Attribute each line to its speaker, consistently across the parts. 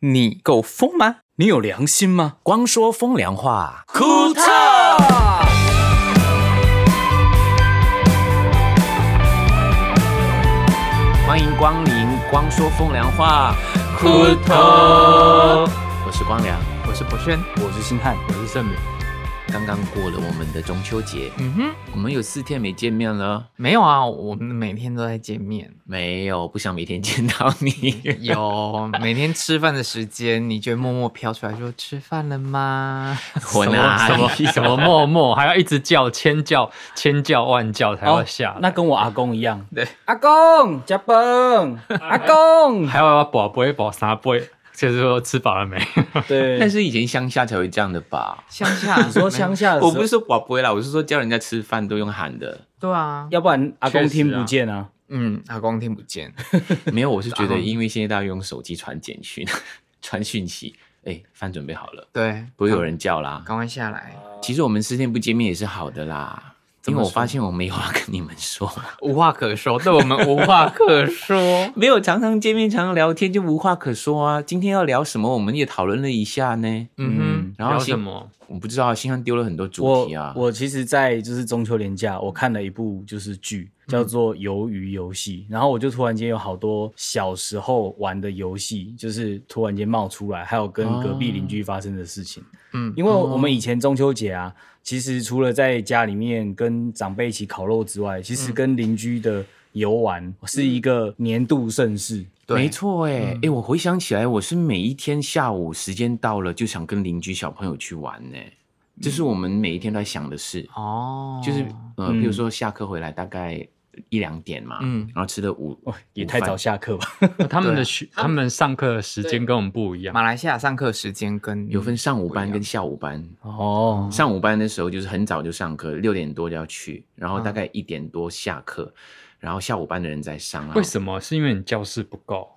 Speaker 1: 你够疯吗？你有良心吗？
Speaker 2: 光说风凉话，
Speaker 1: 库特。
Speaker 2: 欢迎光临光说风凉话，
Speaker 1: 库特。
Speaker 2: 我是光良，
Speaker 1: 我是博轩，
Speaker 3: 我是星汉，
Speaker 4: 我是盛明。
Speaker 2: 刚刚过了我们的中秋节，
Speaker 1: 嗯哼，
Speaker 2: 我们有四天没见面了。
Speaker 1: 没有啊，我们每天都在见面，
Speaker 2: 没有，不想每天见到 你。
Speaker 1: 有 每天吃饭的时间，你就会默默飘出来说吃饭了吗？
Speaker 2: 我哪
Speaker 4: 什么
Speaker 2: 里？
Speaker 4: 什么默默，还要一直叫千叫千叫万叫才要下来，
Speaker 3: 那跟我阿公一样，
Speaker 1: 阿公加崩，
Speaker 2: 哎
Speaker 1: 阿公。
Speaker 4: 还要保杯保啥杯， 就是说吃饱了没？
Speaker 3: 对。
Speaker 2: 但是以前乡下才会这样的吧？
Speaker 1: 乡下，
Speaker 3: 你说乡下的时候，
Speaker 2: 我不是说宝贝啦，我是说叫人家吃饭都用喊的。
Speaker 1: 对啊，
Speaker 3: 要不然阿公
Speaker 4: 确实啊
Speaker 3: 听不见啊。
Speaker 1: 嗯，阿公听不见，
Speaker 2: 没有，我是觉得因为现在大家用手机传简讯、 传讯息，哎，饭准备好了，
Speaker 1: 对，
Speaker 2: 不会有人叫啦。
Speaker 1: 赶快下来。
Speaker 2: 其实我们四天不见面也是好的啦，
Speaker 1: 怎
Speaker 2: 因
Speaker 1: 么
Speaker 2: 为
Speaker 1: 说
Speaker 2: 我发现我没话跟你们说，。
Speaker 1: 无话可说，对我们无话可说
Speaker 2: 没有常常见面、常常聊天就无话可说啊。今天要聊什么，我们也讨论了一下呢。
Speaker 1: 嗯
Speaker 2: 然后
Speaker 4: 聊什
Speaker 2: 新
Speaker 4: 么？
Speaker 2: 我不知道，新汉丢了很多主
Speaker 3: 我
Speaker 2: 题啊。
Speaker 3: 我其实，在就是中秋连假，我看了一部就是剧，叫
Speaker 2: 嗯
Speaker 3: 做《鱿鱼游戏》，然后我就突然间有好多小时候玩的游戏，就是突然间冒出来，还有跟隔壁邻
Speaker 2: 哦
Speaker 3: 居发生的事情。
Speaker 1: 嗯
Speaker 3: 因为我们以前中秋节啊，其实除了在家里面跟长辈一起烤肉之外，其
Speaker 2: 嗯
Speaker 3: 实跟邻居的游玩是一个年度盛事。
Speaker 1: 对
Speaker 2: 没错，哎哎，我回想起来，我是每一天下午时间到了就想跟邻居小朋友去玩呢，这是我们每一天都在想的事。
Speaker 1: 哦，
Speaker 2: 就是呃，
Speaker 3: 嗯
Speaker 2: 比如说下课回来大概一两点嘛，
Speaker 1: 嗯
Speaker 2: 然后吃的午
Speaker 3: 哇，也太早
Speaker 2: 午饭
Speaker 3: 下课吧？
Speaker 4: 他们
Speaker 1: 对啊
Speaker 4: 的学，他们上课的时间跟我们不一样
Speaker 1: 马。来西亚上课时间跟
Speaker 2: 有分上午班
Speaker 1: 不一
Speaker 2: 跟
Speaker 1: 样
Speaker 2: 下午班。
Speaker 3: 哦，
Speaker 2: 上午班的时候就是很早就上课，六点多就要去，然
Speaker 1: 嗯
Speaker 2: 后大概一点多下课，然后下午班的人在上。
Speaker 4: 为
Speaker 2: 么
Speaker 4: 什么？是因为你教室不够，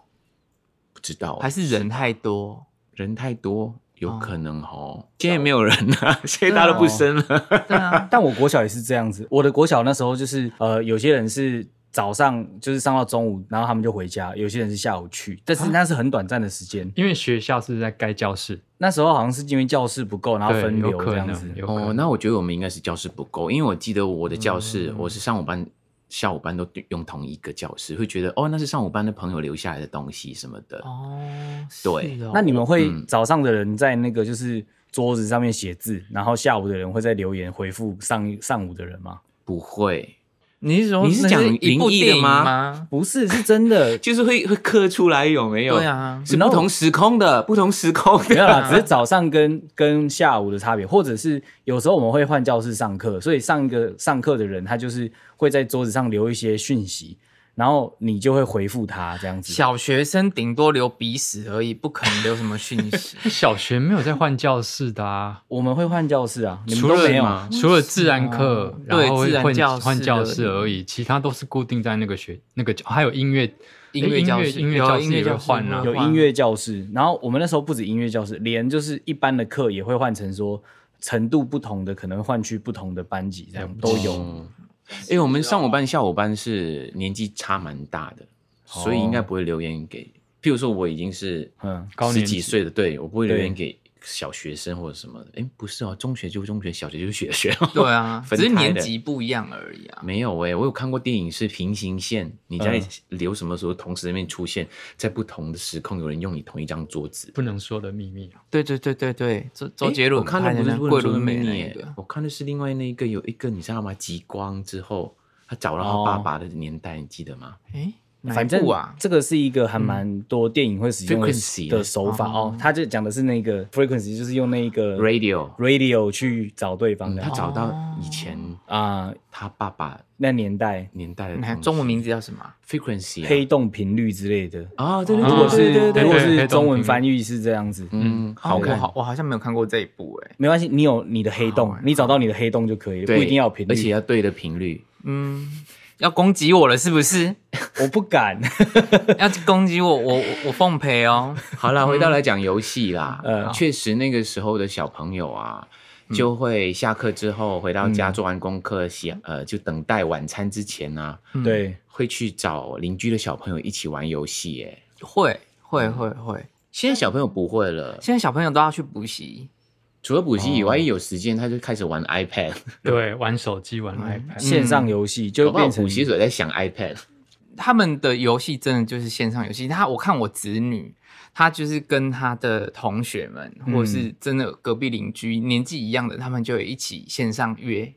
Speaker 2: 不知道？
Speaker 1: 还是人太多，
Speaker 2: 人太多，有
Speaker 1: 哦
Speaker 2: 可能哦。现在没有人了、 现在大家都不生了。
Speaker 1: 对啊，
Speaker 3: 但我国小也是这样子，我的国小那时候就是呃，有些人是早上就是上到中午，然后他们就回家；有些人是下午去，但是
Speaker 4: 啊
Speaker 3: 那是很短暂的时间。
Speaker 4: 因为学校是在盖教室，
Speaker 3: 那时候好像是因为教室不够，然后
Speaker 4: 对
Speaker 3: 分
Speaker 4: 有
Speaker 3: 流
Speaker 4: 可
Speaker 3: 这样
Speaker 4: 能
Speaker 3: 子。
Speaker 4: 有可能
Speaker 2: 哦，那我觉得我们应该是教室不够，因为我记得我的教室、
Speaker 1: 嗯
Speaker 2: 我是上午班。下午班都用同一个教室，会觉得哦，那是上午班的朋友留下来的东西什么的。
Speaker 1: 哦，
Speaker 2: 对
Speaker 1: 是哦
Speaker 3: 那你们会
Speaker 2: 嗯
Speaker 3: 早上的人在那个就是桌子上面写字，然后下午的人会在留言回复上上午的人吗？
Speaker 2: 不会，
Speaker 1: 你是说
Speaker 2: 你是讲
Speaker 1: 那一部
Speaker 2: 灵异的
Speaker 1: 电影
Speaker 2: 吗。
Speaker 1: 吗？
Speaker 3: 不是，是真的
Speaker 2: 就是会会刻出来，有没有？
Speaker 1: 对，啊，
Speaker 2: 是不同时空 的，不同时空
Speaker 3: 没有
Speaker 2: 的。
Speaker 3: 啦，只是早上跟跟下午的差别，或者是有时候我们会换教室上课，所以上一个上课的人他就是会在桌子上留一些讯息，然后你就会回复他这样子。
Speaker 1: 小学生顶多留鼻屎而已，不可能留什么讯 息。
Speaker 4: 小学没有在换教室的啊。
Speaker 3: 我们会换教室啊，你们
Speaker 4: 除
Speaker 3: 都
Speaker 4: 了
Speaker 3: 没有啊。
Speaker 4: 除了自然课，然
Speaker 1: 对
Speaker 4: 后会
Speaker 1: 自然
Speaker 4: 换
Speaker 1: 教室
Speaker 4: 换教室
Speaker 1: 而
Speaker 4: 而已，其他都是固定在那个学那个教，还有音乐
Speaker 1: 音乐
Speaker 4: 诶
Speaker 1: 教室
Speaker 4: 音乐
Speaker 1: 有
Speaker 4: 教
Speaker 1: 音乐
Speaker 4: 也会
Speaker 1: 教室
Speaker 4: 换啊
Speaker 1: 会
Speaker 3: 有音乐教室，然后我们那时候不止音乐教室，连就是一般的课也会换成说程度不同的，可能换去不同的班级，这样都有。
Speaker 2: 哎、我们上午班、下午班是年纪差蛮大的，所以应该不会留言给。譬如说，我已经是
Speaker 3: 嗯
Speaker 4: 高
Speaker 2: 十
Speaker 4: 年
Speaker 2: 几
Speaker 4: 级
Speaker 2: 岁的，对我不会留言给小学生或者什么的。哎、不是哦，中学就中学，小学就是学学。
Speaker 1: 对啊，只
Speaker 2: 分
Speaker 1: 是
Speaker 2: 开
Speaker 1: 年
Speaker 2: 的
Speaker 1: 级不一样而已 啊。
Speaker 2: 没有哎、我有看过电影是平行线，你在留什么时候同时那边出现，在不同的时空有人用你同一张桌子。
Speaker 4: 不能说的秘密啊。
Speaker 1: 对对对对对，周周
Speaker 2: 诶
Speaker 1: 杰伦
Speaker 2: 我看的
Speaker 1: 拍
Speaker 2: 不是
Speaker 1: 那
Speaker 2: 《
Speaker 1: 桂
Speaker 2: 桂纶
Speaker 1: 纶镁
Speaker 2: 镁》
Speaker 1: 那一
Speaker 2: 耶
Speaker 1: 个，
Speaker 2: 我看的是另外那一个，有一个你知道吗？极光之后，他找到他爸爸的年代，你记得吗？
Speaker 1: 哎，哪一
Speaker 3: 反正
Speaker 1: 部啊，
Speaker 3: 这个是一个还蛮多电影会使用的
Speaker 2: Frequency
Speaker 3: 的手法哦。他就讲的是那个 frequency，就是用那个
Speaker 2: Radio，、
Speaker 3: radio 去找对方的
Speaker 2: 他
Speaker 3: 啊、
Speaker 2: 找到以前嗯他爸爸
Speaker 3: 那年代
Speaker 2: 年代的
Speaker 1: 你
Speaker 2: 东
Speaker 1: 看
Speaker 2: 西
Speaker 1: 嗯中文名字叫什么啊？
Speaker 2: frequency 啊
Speaker 3: 黑洞频率之类的。
Speaker 2: 哦，对对
Speaker 3: 如果是
Speaker 2: 对对对
Speaker 3: 如果
Speaker 2: 对，
Speaker 4: 对
Speaker 3: 是
Speaker 4: 黑洞
Speaker 3: 中文
Speaker 4: 频率
Speaker 3: 翻译是这样子，
Speaker 2: 嗯，
Speaker 1: 啊
Speaker 2: 好
Speaker 1: 我
Speaker 2: 看。
Speaker 1: 好，我好像没有看过这一部哎。
Speaker 3: 没关系，你有你的黑洞，你找到你的黑洞就可以了，
Speaker 2: 对，
Speaker 3: 不一定要有频率。
Speaker 2: 而且要对的频率。
Speaker 1: 嗯，要攻击我了是不是？
Speaker 3: 我不敢，
Speaker 1: 要攻击我，我我我奉陪哦。
Speaker 2: 好了，回到来讲游戏啦。
Speaker 3: 嗯
Speaker 2: 呃，确实那个时候的小朋友啊，就会下课之后回到家做完功课，写呃就等待晚餐之前啊，
Speaker 1: 嗯
Speaker 3: 对，
Speaker 2: 会去找邻居的小朋友一起玩游戏耶。哎
Speaker 1: 会会会会，
Speaker 2: 现在小朋友不会了，
Speaker 1: 现在小朋友都要去补习，
Speaker 2: 除了补习以
Speaker 3: 哦
Speaker 2: 外，一有时间他就开始玩 iPad，
Speaker 4: 对，玩手机玩 iPad，
Speaker 3: 线上游戏
Speaker 2: 嗯
Speaker 3: 就
Speaker 2: 搞
Speaker 3: 会
Speaker 2: 不好
Speaker 3: 变成
Speaker 2: 补习所在想 iPad，
Speaker 1: 他们的游戏真的就是线上游戏。他我看我子女，他就是跟他的同学们，
Speaker 3: 嗯
Speaker 1: 或者是真的隔壁邻居年纪一样的，他们就会一起线上约，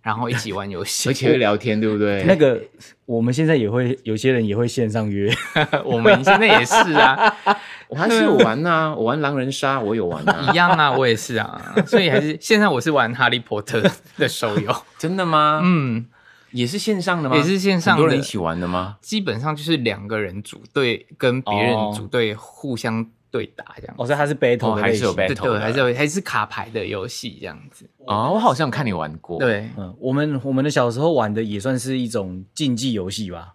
Speaker 1: 然后一起玩游戏。
Speaker 2: 而且会聊天，对不 对？
Speaker 3: 那个，我们现在也会有些人也会线上约，
Speaker 1: 我们现在也是啊，
Speaker 2: 我还是有玩呐、我玩狼人杀，我有玩啊
Speaker 1: 一。样啊，我也是啊，所以还是现在我是玩哈利波特的手游，
Speaker 2: 真的吗？
Speaker 1: 嗯，
Speaker 2: 也是线上的吗？
Speaker 1: 也是线上
Speaker 2: 很多
Speaker 1: 的
Speaker 2: 人一，起玩的吗？
Speaker 1: 基本上就是两个人组队跟别人
Speaker 3: 哦
Speaker 1: 组队互相对打这样
Speaker 3: 哦，所以它是 battle
Speaker 2: 哦
Speaker 3: 的
Speaker 2: 还
Speaker 3: 类
Speaker 2: 是有
Speaker 3: 型。
Speaker 2: battle
Speaker 1: 对
Speaker 2: 头
Speaker 1: 对，
Speaker 2: 的
Speaker 1: 还是有还是卡牌的游戏这样子。
Speaker 2: 哦，我好像看你玩过。，
Speaker 1: 对，
Speaker 3: 嗯，我们我们的小时候玩的也算是一种竞技游戏吧。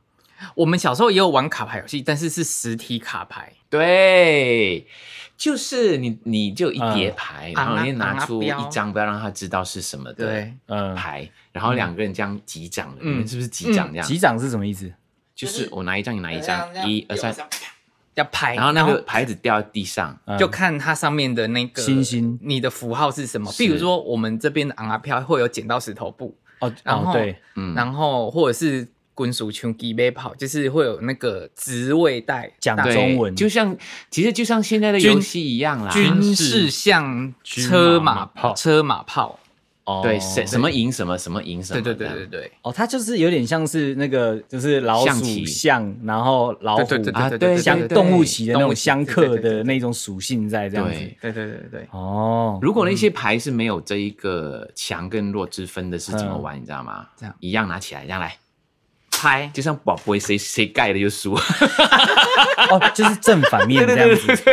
Speaker 1: 我们小时候也有玩卡牌游戏，但是是实体卡牌，
Speaker 2: 对，就是你，你就一叠牌，
Speaker 1: 嗯
Speaker 2: 然后你
Speaker 1: 昂啊昂
Speaker 2: 拿
Speaker 1: 啊
Speaker 2: 出
Speaker 1: 标
Speaker 2: 一张，不要让他知道是什么的
Speaker 1: 对
Speaker 3: 嗯，
Speaker 2: 牌，然后两个人这样击掌的，
Speaker 1: 嗯
Speaker 2: 你们是不是击掌这样？
Speaker 3: 击掌是什么意思？
Speaker 2: 就是我拿一张，你拿一张，一二三，，
Speaker 1: 要拍，
Speaker 2: 然后那个牌子掉在地上，
Speaker 3: 嗯
Speaker 1: 就看它上面的那个
Speaker 3: 星星
Speaker 1: 你的符号是什么。
Speaker 2: 是
Speaker 1: 比如说我们这边的昂啊飘会有剪刀石头布，
Speaker 3: 哦
Speaker 1: 然
Speaker 3: 哦
Speaker 1: 后
Speaker 3: 对，
Speaker 2: 嗯，
Speaker 1: 然后或者是滚鼠球鸡杯跑，就是会有那个职位带
Speaker 3: 讲
Speaker 1: 大
Speaker 2: 对
Speaker 3: 中文
Speaker 2: 就像其实就像现在的
Speaker 1: 军
Speaker 2: 游戏一样啦，
Speaker 1: 军事像
Speaker 4: 军
Speaker 1: 车
Speaker 4: 马
Speaker 1: 马
Speaker 4: 炮
Speaker 1: 车马炮，
Speaker 3: 哦
Speaker 2: 对什什么赢什么什么赢什么
Speaker 1: 对
Speaker 2: 这
Speaker 1: 对
Speaker 2: 样，
Speaker 1: 对对对。
Speaker 3: 哦，它就是有点像是那个就是老
Speaker 2: 象
Speaker 3: 鼠
Speaker 2: 棋
Speaker 3: 象，然后老虎
Speaker 1: 对对
Speaker 2: 啊
Speaker 1: 对
Speaker 2: 对
Speaker 3: 相
Speaker 2: 像
Speaker 3: 动物棋的那
Speaker 1: 动物
Speaker 3: 种
Speaker 1: 棋
Speaker 3: 相克
Speaker 1: 对对
Speaker 3: 的那种属性在这样子
Speaker 2: 对。
Speaker 1: 对对对对对，
Speaker 3: 哦，
Speaker 2: 如果那些牌是没有这一个强跟弱之分的，是怎么
Speaker 3: 嗯
Speaker 2: 玩？你知道吗？
Speaker 1: 这样
Speaker 2: 一样拿起来，这样来，
Speaker 1: 拍
Speaker 2: 就像宝贝谁谁盖的就 输。
Speaker 3: 哦，就是正反面这样子。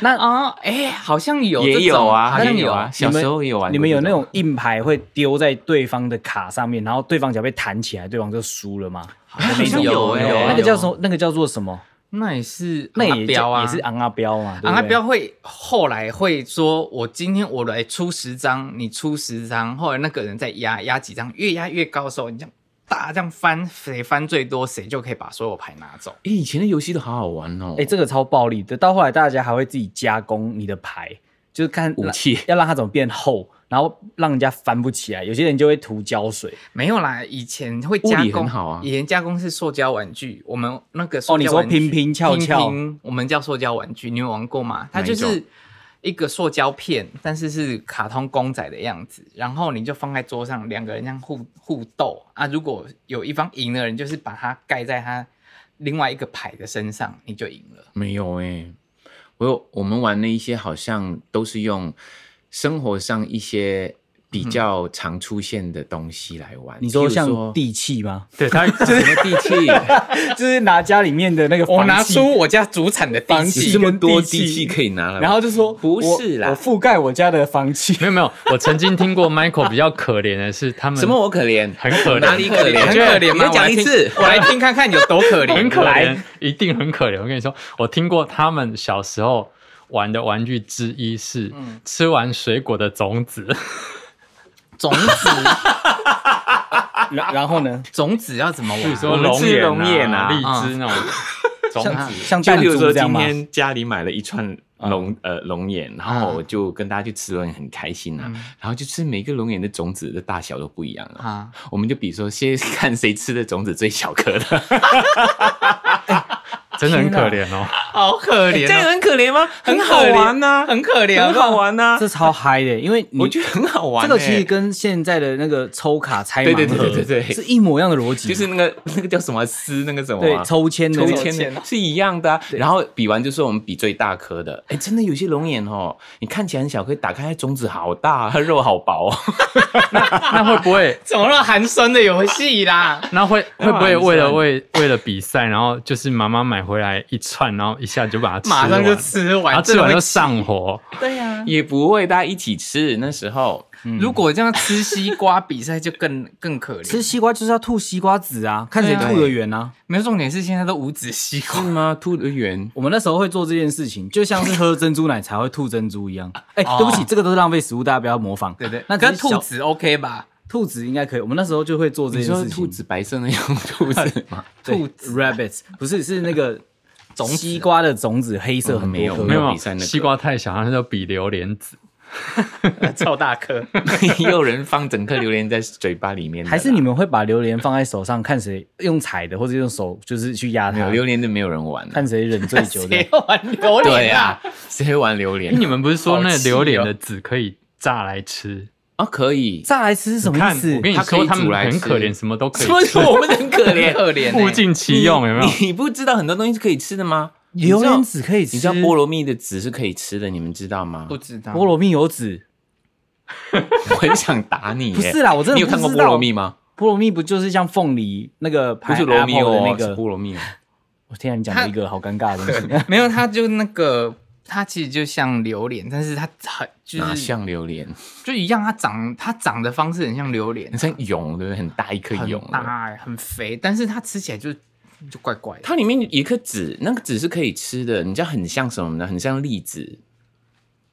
Speaker 1: 那啊，哎，好像有
Speaker 2: 也
Speaker 1: 这种
Speaker 2: 有啊，
Speaker 1: 好像
Speaker 2: 也有
Speaker 1: 有
Speaker 2: 啊，小时候也有玩过
Speaker 3: 你们有那
Speaker 2: 这
Speaker 3: 种硬牌会丢在对方的卡上面，然后对方只要被弹起来，对方就输了吗？
Speaker 2: 好像有
Speaker 1: 有啊
Speaker 2: 欸
Speaker 1: 有
Speaker 3: 那个叫什么？那个叫做什么？
Speaker 1: 那也是
Speaker 3: 那
Speaker 1: 阿
Speaker 3: 也
Speaker 1: 彪
Speaker 3: 叫
Speaker 1: 啊，
Speaker 3: 也是昂阿标嘛，对不
Speaker 1: 昂阿
Speaker 3: 对
Speaker 1: 彪会后来会说，我今天我来出十张，你出十张，后来那个人再压压几张，越压越高的时候，你这样大这样翻，谁翻最多，谁就可以把所有牌拿走。
Speaker 2: 诶哎以前的游戏都好好玩哦。
Speaker 3: 哎、这个超暴力的。到后来，大家还会自己加工你的牌，就是看
Speaker 2: 武器
Speaker 3: 要让它怎么变厚，然后让人家翻不起来。有些人就会涂胶水。
Speaker 1: 没有啦，以前会加
Speaker 2: 物理
Speaker 1: 工，
Speaker 2: 很好啊
Speaker 1: 以前加工是塑胶玩具，我们那个
Speaker 3: 哦你
Speaker 1: 塑
Speaker 3: 说
Speaker 1: 胶玩具
Speaker 3: 拼拼翘
Speaker 1: 拼
Speaker 3: 翘
Speaker 1: 拼我们叫塑胶玩具，你有玩过吗？它
Speaker 2: 哪一
Speaker 1: 就
Speaker 2: 种
Speaker 1: 是一个塑胶片，但是是卡通公仔的样子，然后你就放在桌上，两个人这样互互斗啊。如果有一方赢的人，就是把它盖在他另外一个牌的身上，你就赢了。
Speaker 2: 没有哎、我有我们玩的一些好像都是用生活上一些比较常出现的东西来玩。
Speaker 3: 嗯你说
Speaker 2: 譬如
Speaker 3: 像地契吗？
Speaker 4: 对他
Speaker 2: 什么地契？
Speaker 3: 就是拿家里面的那个
Speaker 1: 我
Speaker 3: 房
Speaker 1: 拿
Speaker 3: 契
Speaker 1: 出我家主产的地
Speaker 3: 房
Speaker 1: 契
Speaker 3: 契
Speaker 2: 这么多
Speaker 3: 跟地
Speaker 2: 地
Speaker 3: 契
Speaker 2: 契可以拿了吧，
Speaker 3: 然后就说
Speaker 2: 不是啦
Speaker 3: 我，我覆盖我家的房 契。
Speaker 4: 没有没有，我曾经听过 Michael 比较可怜的是他们
Speaker 2: 什么我可怜，
Speaker 4: 很可怜
Speaker 2: 哪里可怜？
Speaker 1: 很可怜
Speaker 2: 你
Speaker 1: 吗？
Speaker 2: 再讲一次，
Speaker 1: 我来听，我来听看看有多可怜。
Speaker 4: 很可
Speaker 1: 来
Speaker 4: 怜，一定很可怜。我跟你说，我听过他们小时候玩的玩具之一是、吃完水果的种子，
Speaker 1: 种子，
Speaker 3: 然然后呢？
Speaker 1: 种子要怎么玩？
Speaker 4: 比如说
Speaker 2: 们吃
Speaker 4: 眼
Speaker 2: 龙眼
Speaker 4: 啊、
Speaker 2: 啊
Speaker 4: 荔枝那种 种
Speaker 3: 像
Speaker 4: 子。
Speaker 3: 像
Speaker 2: 就
Speaker 3: 弹
Speaker 2: 比如
Speaker 3: 珠
Speaker 2: 说
Speaker 3: 这样
Speaker 2: 今
Speaker 3: 吗？啊
Speaker 2: 天家里买了一串龙呃龙眼，然后我就跟大家去吃龙眼，很开心
Speaker 3: 嗯
Speaker 2: 啊。然后就是每个龙眼的种子的大小都不一样 啊。
Speaker 1: 啊，
Speaker 2: 我们就比说，先看谁吃的种子最小颗的，
Speaker 4: 真的很可怜哦。
Speaker 1: 好可怜、哦，
Speaker 2: 很可怜吗？
Speaker 1: 很可
Speaker 2: 好
Speaker 1: 怜
Speaker 2: 玩
Speaker 3: 啊
Speaker 2: 呐，
Speaker 1: 很可怜，
Speaker 2: 很好。玩呐。
Speaker 3: 这超嗨的，因为你
Speaker 2: 我觉得很好玩欸。
Speaker 3: 啊这个其实跟现在的那个抽卡拆盲盒
Speaker 2: 对对对对对对
Speaker 3: 是一模一样的逻辑，
Speaker 2: 就是那个那个叫什么丝，那个什么
Speaker 3: 对
Speaker 2: 啊
Speaker 3: 抽签的
Speaker 2: 抽
Speaker 3: 那个
Speaker 2: 签
Speaker 1: 签
Speaker 2: 的
Speaker 1: 啊
Speaker 2: 是一样的啊、然后比完就说我们比最大颗的，哎，真的有些龙眼哦，你看起来很小颗，打开它种子好大，它肉好薄、哦。
Speaker 4: 那会不会？
Speaker 1: 怎么了？寒酸的游戏 啦，
Speaker 4: 那会会不会
Speaker 2: 很
Speaker 4: 为了
Speaker 2: 酸
Speaker 4: 为为了比赛，然后就是妈妈买回来一串，然后一下就把它吃
Speaker 1: 马上就
Speaker 4: 完
Speaker 1: 吃完，
Speaker 4: 然后吃
Speaker 1: 真
Speaker 4: 完
Speaker 1: 的
Speaker 4: 就
Speaker 1: 会
Speaker 4: 上火，
Speaker 1: 对呀、
Speaker 2: 也不会，大家一起吃。那时候
Speaker 1: 如果这样吃西瓜比赛就更更可
Speaker 3: 吃
Speaker 1: 怜。
Speaker 3: 西瓜就是要吐西瓜籽啊，看谁
Speaker 1: 对啊
Speaker 3: 吐得远啊。
Speaker 1: 没有重点是现在都无籽西瓜，
Speaker 2: 是吗？兔的圆，
Speaker 3: 我们那时候会做这件事情，就像是喝珍珠奶茶会吐珍珠一样。哎、
Speaker 1: 哦
Speaker 3: 对不起，这个都是浪费食物，大家不要模仿。
Speaker 1: 对不对？
Speaker 3: 那只
Speaker 1: 跟
Speaker 3: 是小
Speaker 1: 兔子 OK 吧？
Speaker 3: 兔子应该可以。我们那时候就会做这
Speaker 2: 你
Speaker 3: 件
Speaker 2: 说
Speaker 3: 事情。
Speaker 2: 兔子白色那种兔子吗？
Speaker 3: 对
Speaker 1: 兔子
Speaker 3: rabbits 不是是那个
Speaker 1: 种子
Speaker 3: 西瓜的种子黑色
Speaker 2: 嗯
Speaker 3: 很
Speaker 2: 没有
Speaker 3: 多颗
Speaker 4: 没有
Speaker 2: 比赛那个
Speaker 4: 西瓜太小，它叫比榴莲籽。
Speaker 1: 超大 颗，
Speaker 2: 没有人放整颗榴莲在嘴巴里面的啦，
Speaker 3: 还是你们会把榴莲放在手上，看谁用踩的，或者用手就是去压
Speaker 2: 没有
Speaker 3: 它，
Speaker 2: 榴莲就没有人玩了。
Speaker 3: 看谁忍最久
Speaker 1: 谁
Speaker 3: 的。
Speaker 1: 玩榴莲？
Speaker 2: 对啊，谁会玩榴
Speaker 4: 哎，
Speaker 2: 莲
Speaker 4: 你们不是说
Speaker 1: 好
Speaker 4: 那
Speaker 1: 气
Speaker 4: 榴莲
Speaker 1: 哦
Speaker 4: 的籽可以榨来吃？
Speaker 2: 啊？可 以，
Speaker 3: 炸来吃是什么
Speaker 4: 看
Speaker 3: 意思
Speaker 4: 我？跟你
Speaker 2: 它可
Speaker 4: 说，
Speaker 2: 以
Speaker 4: 他们
Speaker 2: 煮来
Speaker 4: 很可
Speaker 2: 吃
Speaker 4: 怜，什么都可以
Speaker 2: 什么
Speaker 4: 吃，
Speaker 2: 我们很可怜？
Speaker 1: 可怜欸
Speaker 4: 物尽其用，有没有？
Speaker 2: 你你不知道很多东西是可以吃的吗？
Speaker 3: 榴
Speaker 2: 你知道
Speaker 3: 莲籽可以吃，
Speaker 2: 你知道菠萝蜜的籽是可以吃的，你们知道吗
Speaker 1: 不？知道
Speaker 3: 菠萝蜜有籽，
Speaker 2: 我很想打你耶。
Speaker 3: 不是啦我真的
Speaker 2: 你有看过菠萝蜜吗？
Speaker 3: 菠萝蜜不就是像凤梨那个
Speaker 2: 不
Speaker 3: 排
Speaker 2: 是
Speaker 3: apple
Speaker 2: 罗密欧
Speaker 3: 的
Speaker 2: 哦
Speaker 3: 那
Speaker 2: 是
Speaker 3: 个？
Speaker 2: 菠萝蜜哦。
Speaker 3: 我天啊，你讲了一个好尴尬的东西。
Speaker 1: 没有，它就那个，它其实就像榴莲，但是它很就
Speaker 2: 哪
Speaker 1: 是
Speaker 2: 像榴莲？
Speaker 1: 就一样，它长它长的方式很像榴莲
Speaker 2: 很，像蛹，对不对？很大一颗
Speaker 1: 很
Speaker 2: 蛹。
Speaker 1: 大、欸、很肥，但是它吃起来就就怪怪的。
Speaker 2: 它里面有一颗籽，那个籽是可以吃的。你知道很像什么呢？很像栗子。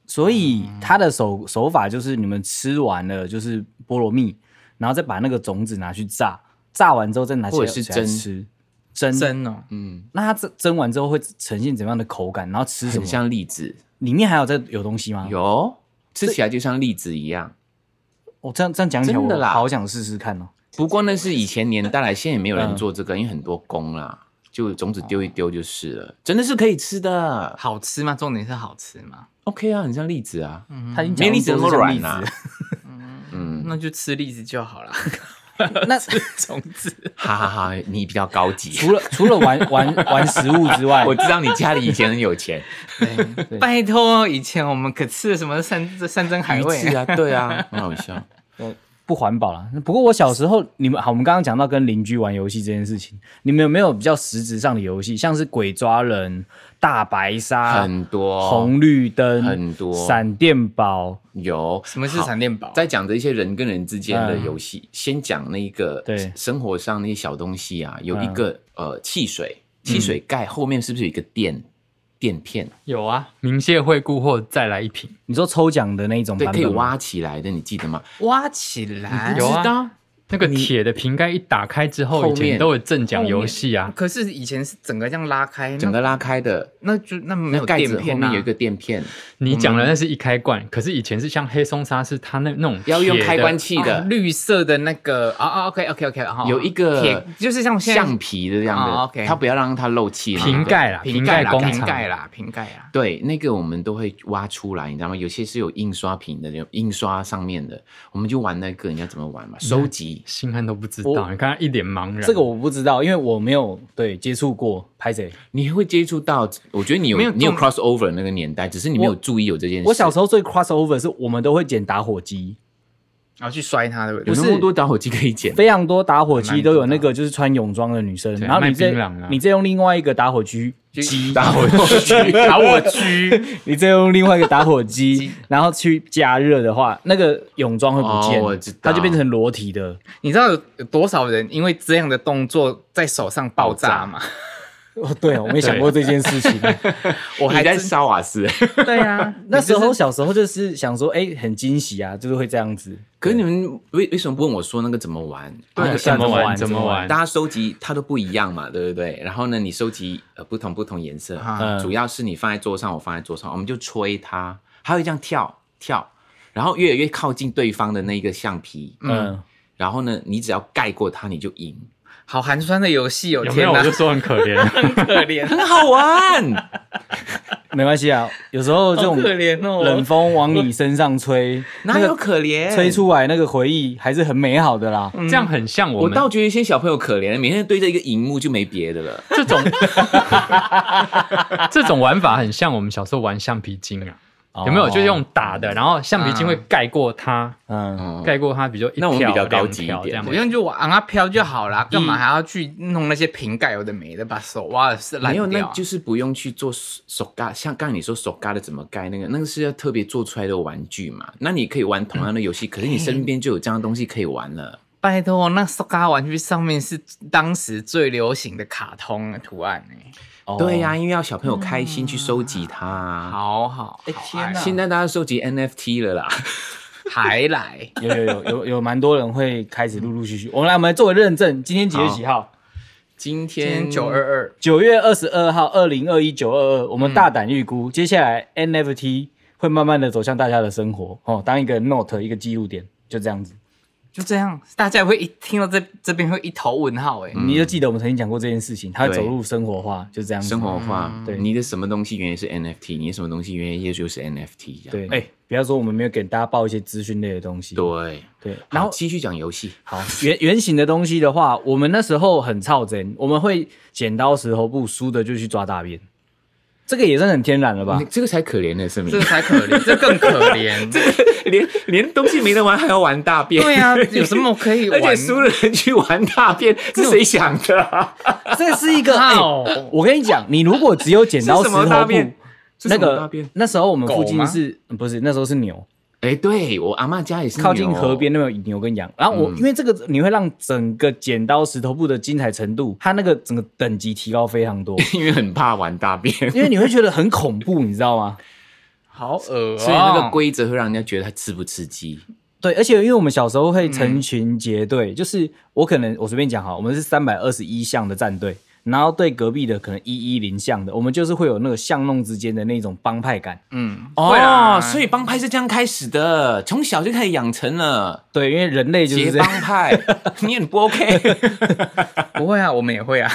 Speaker 3: 所以他的手手法就是你们吃完了就是菠萝蜜，然后再把那个种子拿去炸，炸完之后再拿起
Speaker 2: 或
Speaker 3: 来
Speaker 2: 者是
Speaker 3: 起来
Speaker 2: 蒸
Speaker 3: 吃，蒸
Speaker 1: 真哦，
Speaker 2: 嗯，
Speaker 3: 那它蒸蒸完之后会呈现怎么样的口感？然后吃什
Speaker 2: 很
Speaker 3: 么？
Speaker 2: 像栗子，
Speaker 3: 里面还有在有东西吗？。
Speaker 2: 有吃起来就像栗子一样。
Speaker 3: 我、哦这样这样讲起来，
Speaker 2: 真的
Speaker 3: 我
Speaker 2: 啦
Speaker 3: 好想试试看哦。
Speaker 2: 不过那是以前年代来，现在也没有人
Speaker 3: 嗯
Speaker 2: 做这个，因为很多工啦，就种子丢一丢就是了。真的是可以吃的
Speaker 1: 好吃吗？重点是好吃吗？
Speaker 2: ，OK 啊，很像栗子啊。
Speaker 1: 嗯，
Speaker 3: 它已经讲
Speaker 2: 没栗子
Speaker 3: 那
Speaker 2: 那么
Speaker 3: 么多是
Speaker 2: 软
Speaker 3: 像
Speaker 2: 啊
Speaker 3: 栗子
Speaker 2: 嗯，
Speaker 1: 那就吃栗子 就好了，
Speaker 3: 那
Speaker 1: 种子。
Speaker 2: 哈哈哈，你比较高级。
Speaker 3: 除了除了玩玩 玩食物之外
Speaker 2: 我，知道你家里以前很有 钱，
Speaker 1: 对拜托，以前我们可吃了什么山山珍海
Speaker 2: 鱼
Speaker 1: 味
Speaker 2: 翅啊，对 啊，很好笑。
Speaker 3: 不环保啦。不过我小时候，你们好，我们刚刚讲到跟邻居玩游戏这件事情，你们有没有比较实质上的游戏，像是鬼抓人、大白 鲨、
Speaker 2: 很多
Speaker 3: 红绿灯、
Speaker 2: 很多
Speaker 3: 闪电宝？
Speaker 2: 有
Speaker 1: 什么是闪电宝？
Speaker 2: 在讲的一些人跟人之间的
Speaker 3: 嗯
Speaker 2: 游戏，先讲那个
Speaker 3: 对
Speaker 2: 生活上那些小东西啊，有一个、
Speaker 1: 嗯
Speaker 2: 呃汽水，汽水盖后面是不是有一个垫垫
Speaker 1: 嗯
Speaker 2: 片？
Speaker 4: 有啊，明谢惠顾或再来一瓶，
Speaker 3: 你说抽奖的那一种
Speaker 2: 对，
Speaker 3: 版
Speaker 2: 可
Speaker 3: 本
Speaker 2: 以
Speaker 3: 吗
Speaker 2: 挖起来的，你记得吗？
Speaker 1: 挖起来
Speaker 4: 有
Speaker 2: 知道
Speaker 4: 啊。那个铁的瓶盖一打开之后，
Speaker 2: 后
Speaker 4: 以前
Speaker 2: 面
Speaker 4: 都有正奖游戏啊，
Speaker 1: 可是以前是整个这样拉开，
Speaker 2: 整
Speaker 1: 那
Speaker 2: 个拉开的，
Speaker 1: 那就那没
Speaker 2: 那
Speaker 1: 有
Speaker 2: 盖
Speaker 1: 垫
Speaker 2: 子后
Speaker 1: 嗯片
Speaker 2: 面
Speaker 1: 啊
Speaker 2: 有一个垫片，
Speaker 4: 你讲的那是一开罐，可是以前是像黑松沙，是它那那种
Speaker 2: 要用开关
Speaker 4: 器，
Speaker 2: 器
Speaker 1: 哦
Speaker 2: 的，
Speaker 1: 绿色的那个啊啊，OK OK OK，哦
Speaker 2: 有一个
Speaker 1: 铁就是像现在
Speaker 2: 橡皮的这样的，
Speaker 1: 哦，OK
Speaker 2: 它不要让它漏气嘛。
Speaker 4: 瓶盖啦，
Speaker 1: 瓶
Speaker 4: 盖
Speaker 1: 啦
Speaker 4: 工
Speaker 1: 瓶盖
Speaker 4: 厂，
Speaker 1: 啦，瓶盖啦，
Speaker 2: 对，那个我们都会挖出来，你知道吗？有些是有印刷品的，有印刷上面的，我们就玩那个，你要怎么玩嘛？收集，
Speaker 4: 星汉都不知道，
Speaker 3: 我
Speaker 4: 你看他一脸茫然。
Speaker 3: 这个我不知道，因为我没有对接触过。拍谁？
Speaker 2: 你会接触到，我觉得你有
Speaker 1: 没有
Speaker 2: 你有
Speaker 1: 重
Speaker 2: cross over 那个年代，只是你没有
Speaker 3: 我
Speaker 2: 注意有这件事。
Speaker 3: 我小时候最 crossover 是我们都会捡打火机，
Speaker 1: 然后去摔它，对不
Speaker 2: 有
Speaker 1: 对？
Speaker 2: 那么多打火机可以捡，
Speaker 3: 非常多打火机
Speaker 1: 蛮
Speaker 3: 都有
Speaker 1: 多
Speaker 3: 那
Speaker 1: 的
Speaker 3: 个就是穿泳装的女生，
Speaker 4: 对
Speaker 3: 然后你
Speaker 4: 卖
Speaker 3: 再
Speaker 4: 槟榔啊
Speaker 3: 你再用另外一个打火机机，
Speaker 2: 打火 机
Speaker 1: 打我狙，
Speaker 3: 你再用另外一个打火 机，然后去加热的话，那个泳装会不见，
Speaker 2: 哦我知道
Speaker 3: 它就变成裸体的。
Speaker 1: 你知道有有多少人因为这样的动作在手上爆炸吗？
Speaker 3: 哦，对哦，我没想过这件事 情。
Speaker 2: 我还在
Speaker 1: 真
Speaker 2: 烧瓦斯。
Speaker 1: 对 啊，
Speaker 3: 那时候小时候就是想说，哎，很惊喜啊，就是会这样子。
Speaker 2: 可是你们为为什么不问我说那个怎么玩？
Speaker 4: 对
Speaker 3: 啊
Speaker 4: 怎么玩
Speaker 3: 怎
Speaker 4: 怎
Speaker 3: 么
Speaker 4: 么玩
Speaker 2: 大家收集它都不一样嘛，对不对？然后呢，你收集呃不同不同颜色，
Speaker 1: 啊
Speaker 2: 主要是你放在桌上，我放在桌上，我们就吹它，它会这样跳跳，然后越来越靠近对方的那个橡皮，
Speaker 3: 嗯，
Speaker 2: 然后呢，你只要盖过它，你就赢，
Speaker 1: 好寒酸的游戏哦，
Speaker 4: 有没
Speaker 1: 天
Speaker 4: 有？我
Speaker 1: 哪
Speaker 4: 就，说很可 怜，
Speaker 1: 可 怜，哦
Speaker 2: 很好 玩。
Speaker 3: 没关系啊，有时候这
Speaker 1: 好
Speaker 3: 种
Speaker 1: 可怜
Speaker 3: 冷
Speaker 1: 哦。
Speaker 3: 风往你身上吹，
Speaker 2: 哪有可怜？
Speaker 3: 吹出来那个回忆还是很美好的啦。
Speaker 4: 这样很像
Speaker 2: 嗯我
Speaker 4: 我们
Speaker 2: 倒觉得一些小朋友可怜，每天对着一个荧幕就没别的了。
Speaker 4: 这种 这种玩法很像我们小时候玩橡皮筋啊，
Speaker 2: 哦
Speaker 4: 有没有？就用打的，然后橡皮
Speaker 2: 啊
Speaker 4: 筋会盖过它，
Speaker 3: 哦嗯，
Speaker 2: 嗯，
Speaker 4: 盖过它，比如一
Speaker 2: 那我们
Speaker 4: 条
Speaker 2: 比较高
Speaker 4: 两
Speaker 2: 级一
Speaker 4: 条这
Speaker 2: 点
Speaker 4: 样
Speaker 1: 我。用就往啊飘就好啦，干嘛
Speaker 4: 嗯
Speaker 2: 一
Speaker 1: 还要去弄那些瓶盖？有的没的，把手挖的是烂
Speaker 2: 没有，那
Speaker 1: 掉啊。
Speaker 2: 就是不用去做手手嘎，像刚才你说手嘎的怎么盖那个，那个是要特别做出来的玩具嘛。那你可以玩同样的游戏，可是你身边就有这样的东西可以玩了。
Speaker 1: 拜托，那 s o g a 玩具上面是当时最流行的卡通图案哎，
Speaker 3: 哦
Speaker 2: 对呀、因为要小朋友开心去收集它啊。
Speaker 1: 好好，哎
Speaker 3: 天哪
Speaker 2: 现在大家收集 NFT 了啦，
Speaker 1: 还来，
Speaker 3: 哦有有有有有蛮多人会开始陆陆续续，我们来我们来做个认证，今天几月几号？
Speaker 2: 今
Speaker 1: 今
Speaker 2: 天
Speaker 1: 天九二二，
Speaker 3: 九月二十二号，二零二一九二二，我们大胆预
Speaker 2: 嗯
Speaker 3: 估，接下来 NFT 会慢慢的走向大家的生活哦，当一个 note 一个记录点，就这样子。
Speaker 1: 就这样，大家也会一听到这这边会一头问号
Speaker 2: 嗯
Speaker 1: 哎、
Speaker 3: 你就记得我们曾经讲过这件事情，它会
Speaker 2: 对
Speaker 3: 走入生活化，就这样子。嗯
Speaker 2: 生活化，嗯
Speaker 3: 对
Speaker 2: 你的什么东西原来是 NFT，你的什么东西原来也就是 NFT 这样。
Speaker 3: 对，哎、不要说我们没有给大家报一些资讯类的东西。
Speaker 2: 对，
Speaker 3: 对，
Speaker 2: 然
Speaker 3: 然
Speaker 2: 后
Speaker 3: 后
Speaker 2: 继续讲游戏，
Speaker 3: 好圆圆形的东西的话，我们那时候很操真，我们会剪刀石头布，输的就去抓大便，这个也算很天然了吧
Speaker 2: 你？这个才可怜呢，盛明
Speaker 1: 这， 个才可怜，这更可 怜。
Speaker 2: 连连东西没得玩还要玩大便，
Speaker 1: 对啊， 有什么可以
Speaker 2: 而
Speaker 1: 玩？
Speaker 2: 且输了人去玩大 便，是谁想的 啊？
Speaker 3: 这 是一个。哎
Speaker 1: 靠
Speaker 3: 我跟你讲，你如果只有剪刀
Speaker 2: 是
Speaker 3: 石
Speaker 2: 什么
Speaker 3: 头
Speaker 2: 大
Speaker 3: 布
Speaker 2: 便，是
Speaker 3: 那
Speaker 2: 什么大
Speaker 3: 个
Speaker 2: 便
Speaker 3: 那时候我们附
Speaker 1: 狗
Speaker 3: 近
Speaker 1: 吗
Speaker 3: 是嗯不是那时候是牛，
Speaker 2: 哎，对我阿嬷家也是哦
Speaker 3: 靠近
Speaker 2: 牛
Speaker 3: 河边，那边有牛哦嗯跟羊。然后我、因为这个你会让整个剪刀石头布的精彩程度，它那个整个等级提高非 常多，
Speaker 2: 因为很怕玩大便，所
Speaker 3: 因为你会觉得很恐怖，你知道吗？
Speaker 1: 好恶、哦，
Speaker 2: 以那个规则会让人家觉得它刺不刺激。
Speaker 3: 对，而且因为我们小时候会成群结队，就是我可能我随便讲哈，我们是三百二十一项的战队，然后对隔壁的可能一一零项的，我们就是会有那个巷弄之间的那种帮派感。
Speaker 1: 嗯，会
Speaker 2: 哦
Speaker 1: 啦，
Speaker 2: 所以帮派是这样开始的，从小就开始养成了
Speaker 3: 对，因为人类就是
Speaker 2: 结
Speaker 3: 这
Speaker 2: 帮
Speaker 3: 样。
Speaker 2: 派， 你很不 OK。
Speaker 1: 不会啊，我们也会啊。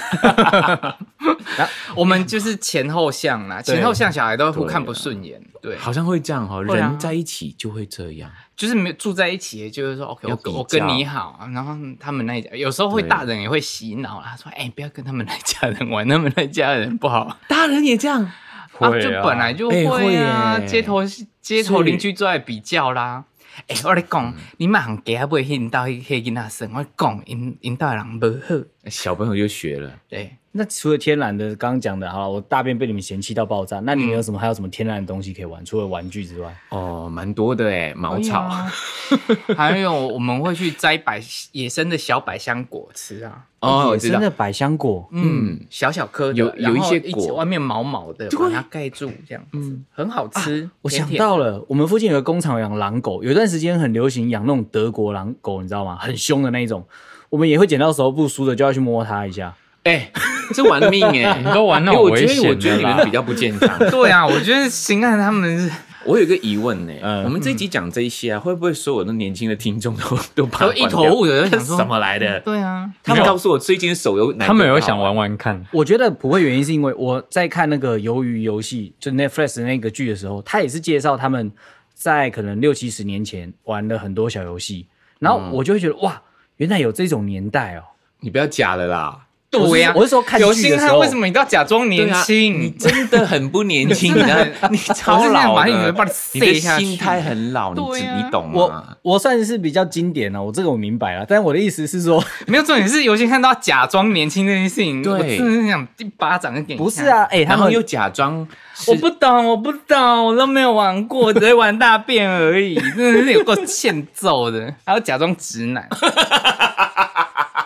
Speaker 1: 我们就是前后相啦，前后相小孩都互看不顺眼，对，
Speaker 2: 好像会这样哦，
Speaker 1: 会啊
Speaker 2: 人在一起就会这样。
Speaker 1: 就是没有住在一起，就是说 OK，
Speaker 2: 要
Speaker 1: 我
Speaker 2: 比
Speaker 1: 跟
Speaker 2: 较
Speaker 1: 我跟你好，然后他们那一家有时候会大人也会洗脑啦，说哎、不要跟他们那一家人玩，他们那一家人不好，
Speaker 2: 大人也这样，
Speaker 4: 会
Speaker 1: 就本来就
Speaker 2: 哎会
Speaker 1: 会啊，
Speaker 2: 耶
Speaker 1: 街头街头邻居最爱比较啦。哎、我咧讲，你莫行加买迄到迄迄囡仔生，我讲因因到人无好，
Speaker 2: 小朋友就学了。
Speaker 1: 对，
Speaker 3: 那除了天然的，刚刚讲的，好了，我大便被你们嫌弃到爆炸，那你
Speaker 2: 嗯
Speaker 3: 们有什么、还有什么天然的东西可以玩？除了玩具之外，
Speaker 2: 哦，蛮多的哎，茅草。
Speaker 1: 还有我们会去摘百野生的小百香果吃啊，
Speaker 2: 哦，我
Speaker 3: 野
Speaker 2: 知
Speaker 3: 生
Speaker 2: 道
Speaker 3: 的。百香果，
Speaker 1: 嗯，小小颗的，
Speaker 2: 有
Speaker 1: 然后
Speaker 2: 有一些
Speaker 1: 起
Speaker 2: 果
Speaker 1: 外面毛毛的，把它盖住这样子，很好吃。
Speaker 3: 我
Speaker 1: 甜
Speaker 3: 想
Speaker 1: 甜
Speaker 3: 到了，我们附近有个工厂养狼狗，有一段时间很流行养那种德国狼狗，你知道吗？很凶的那一种。我们也会捡到手不输的就要去摸它一下。
Speaker 2: 哎，这玩命哎，
Speaker 4: 你都玩那
Speaker 2: 哎
Speaker 4: 种
Speaker 2: 我觉
Speaker 4: 危
Speaker 2: 得
Speaker 4: 险
Speaker 2: 我觉得
Speaker 4: 的
Speaker 2: 你
Speaker 4: 啦
Speaker 2: 们比较不健康。
Speaker 1: 对啊，我觉得邢汉他们是
Speaker 2: 我有一个疑问呢，哎
Speaker 3: 嗯
Speaker 2: 我们这一集讲这一些啊，会不会所有的年轻的听众都都把它
Speaker 1: 都一 头
Speaker 2: 关掉
Speaker 1: 雾的，就想说
Speaker 2: 什么来的？
Speaker 1: 对啊，
Speaker 2: 他们告诉我最近手游，
Speaker 4: 他们有想玩玩看，
Speaker 3: 我觉得不会原因是因为我在看那个《鱿鱼游戏》就 Netflix 的那个剧的时候，他也是介绍他们在可能六七十年前玩了很多小游戏，
Speaker 2: 嗯
Speaker 3: 然后我就会觉得、哇，原来有这种年代哦。
Speaker 2: 你不要假了啦，
Speaker 1: 对呀，
Speaker 3: 我是说看剧
Speaker 1: 有
Speaker 3: 的时
Speaker 1: 星
Speaker 3: 候
Speaker 1: 汉为什么你都要假装年
Speaker 2: 你
Speaker 1: 轻？
Speaker 2: 真的很不年轻，你
Speaker 1: 真的很
Speaker 2: 知道你超老
Speaker 1: 我真的想把你把
Speaker 2: 的你
Speaker 1: 你，塞
Speaker 2: 的
Speaker 1: 下去
Speaker 2: 心态很老，你
Speaker 1: 对
Speaker 2: 知
Speaker 1: 啊
Speaker 2: 你懂
Speaker 3: 我
Speaker 2: 吗？
Speaker 3: 我算是比较经典啊了、我这个我明白了。但我的意思 是说，
Speaker 1: 没有重点是有星汉都要假装年轻这件事情，
Speaker 2: 对
Speaker 1: 我真的想一巴掌就给你。
Speaker 3: 不是啊，，哎、他
Speaker 2: 然后
Speaker 3: 们
Speaker 2: 又假装是
Speaker 1: 我不懂，我不懂，我都没有玩过，只会玩大便而已，真的是有够欠揍的，还要假装直男。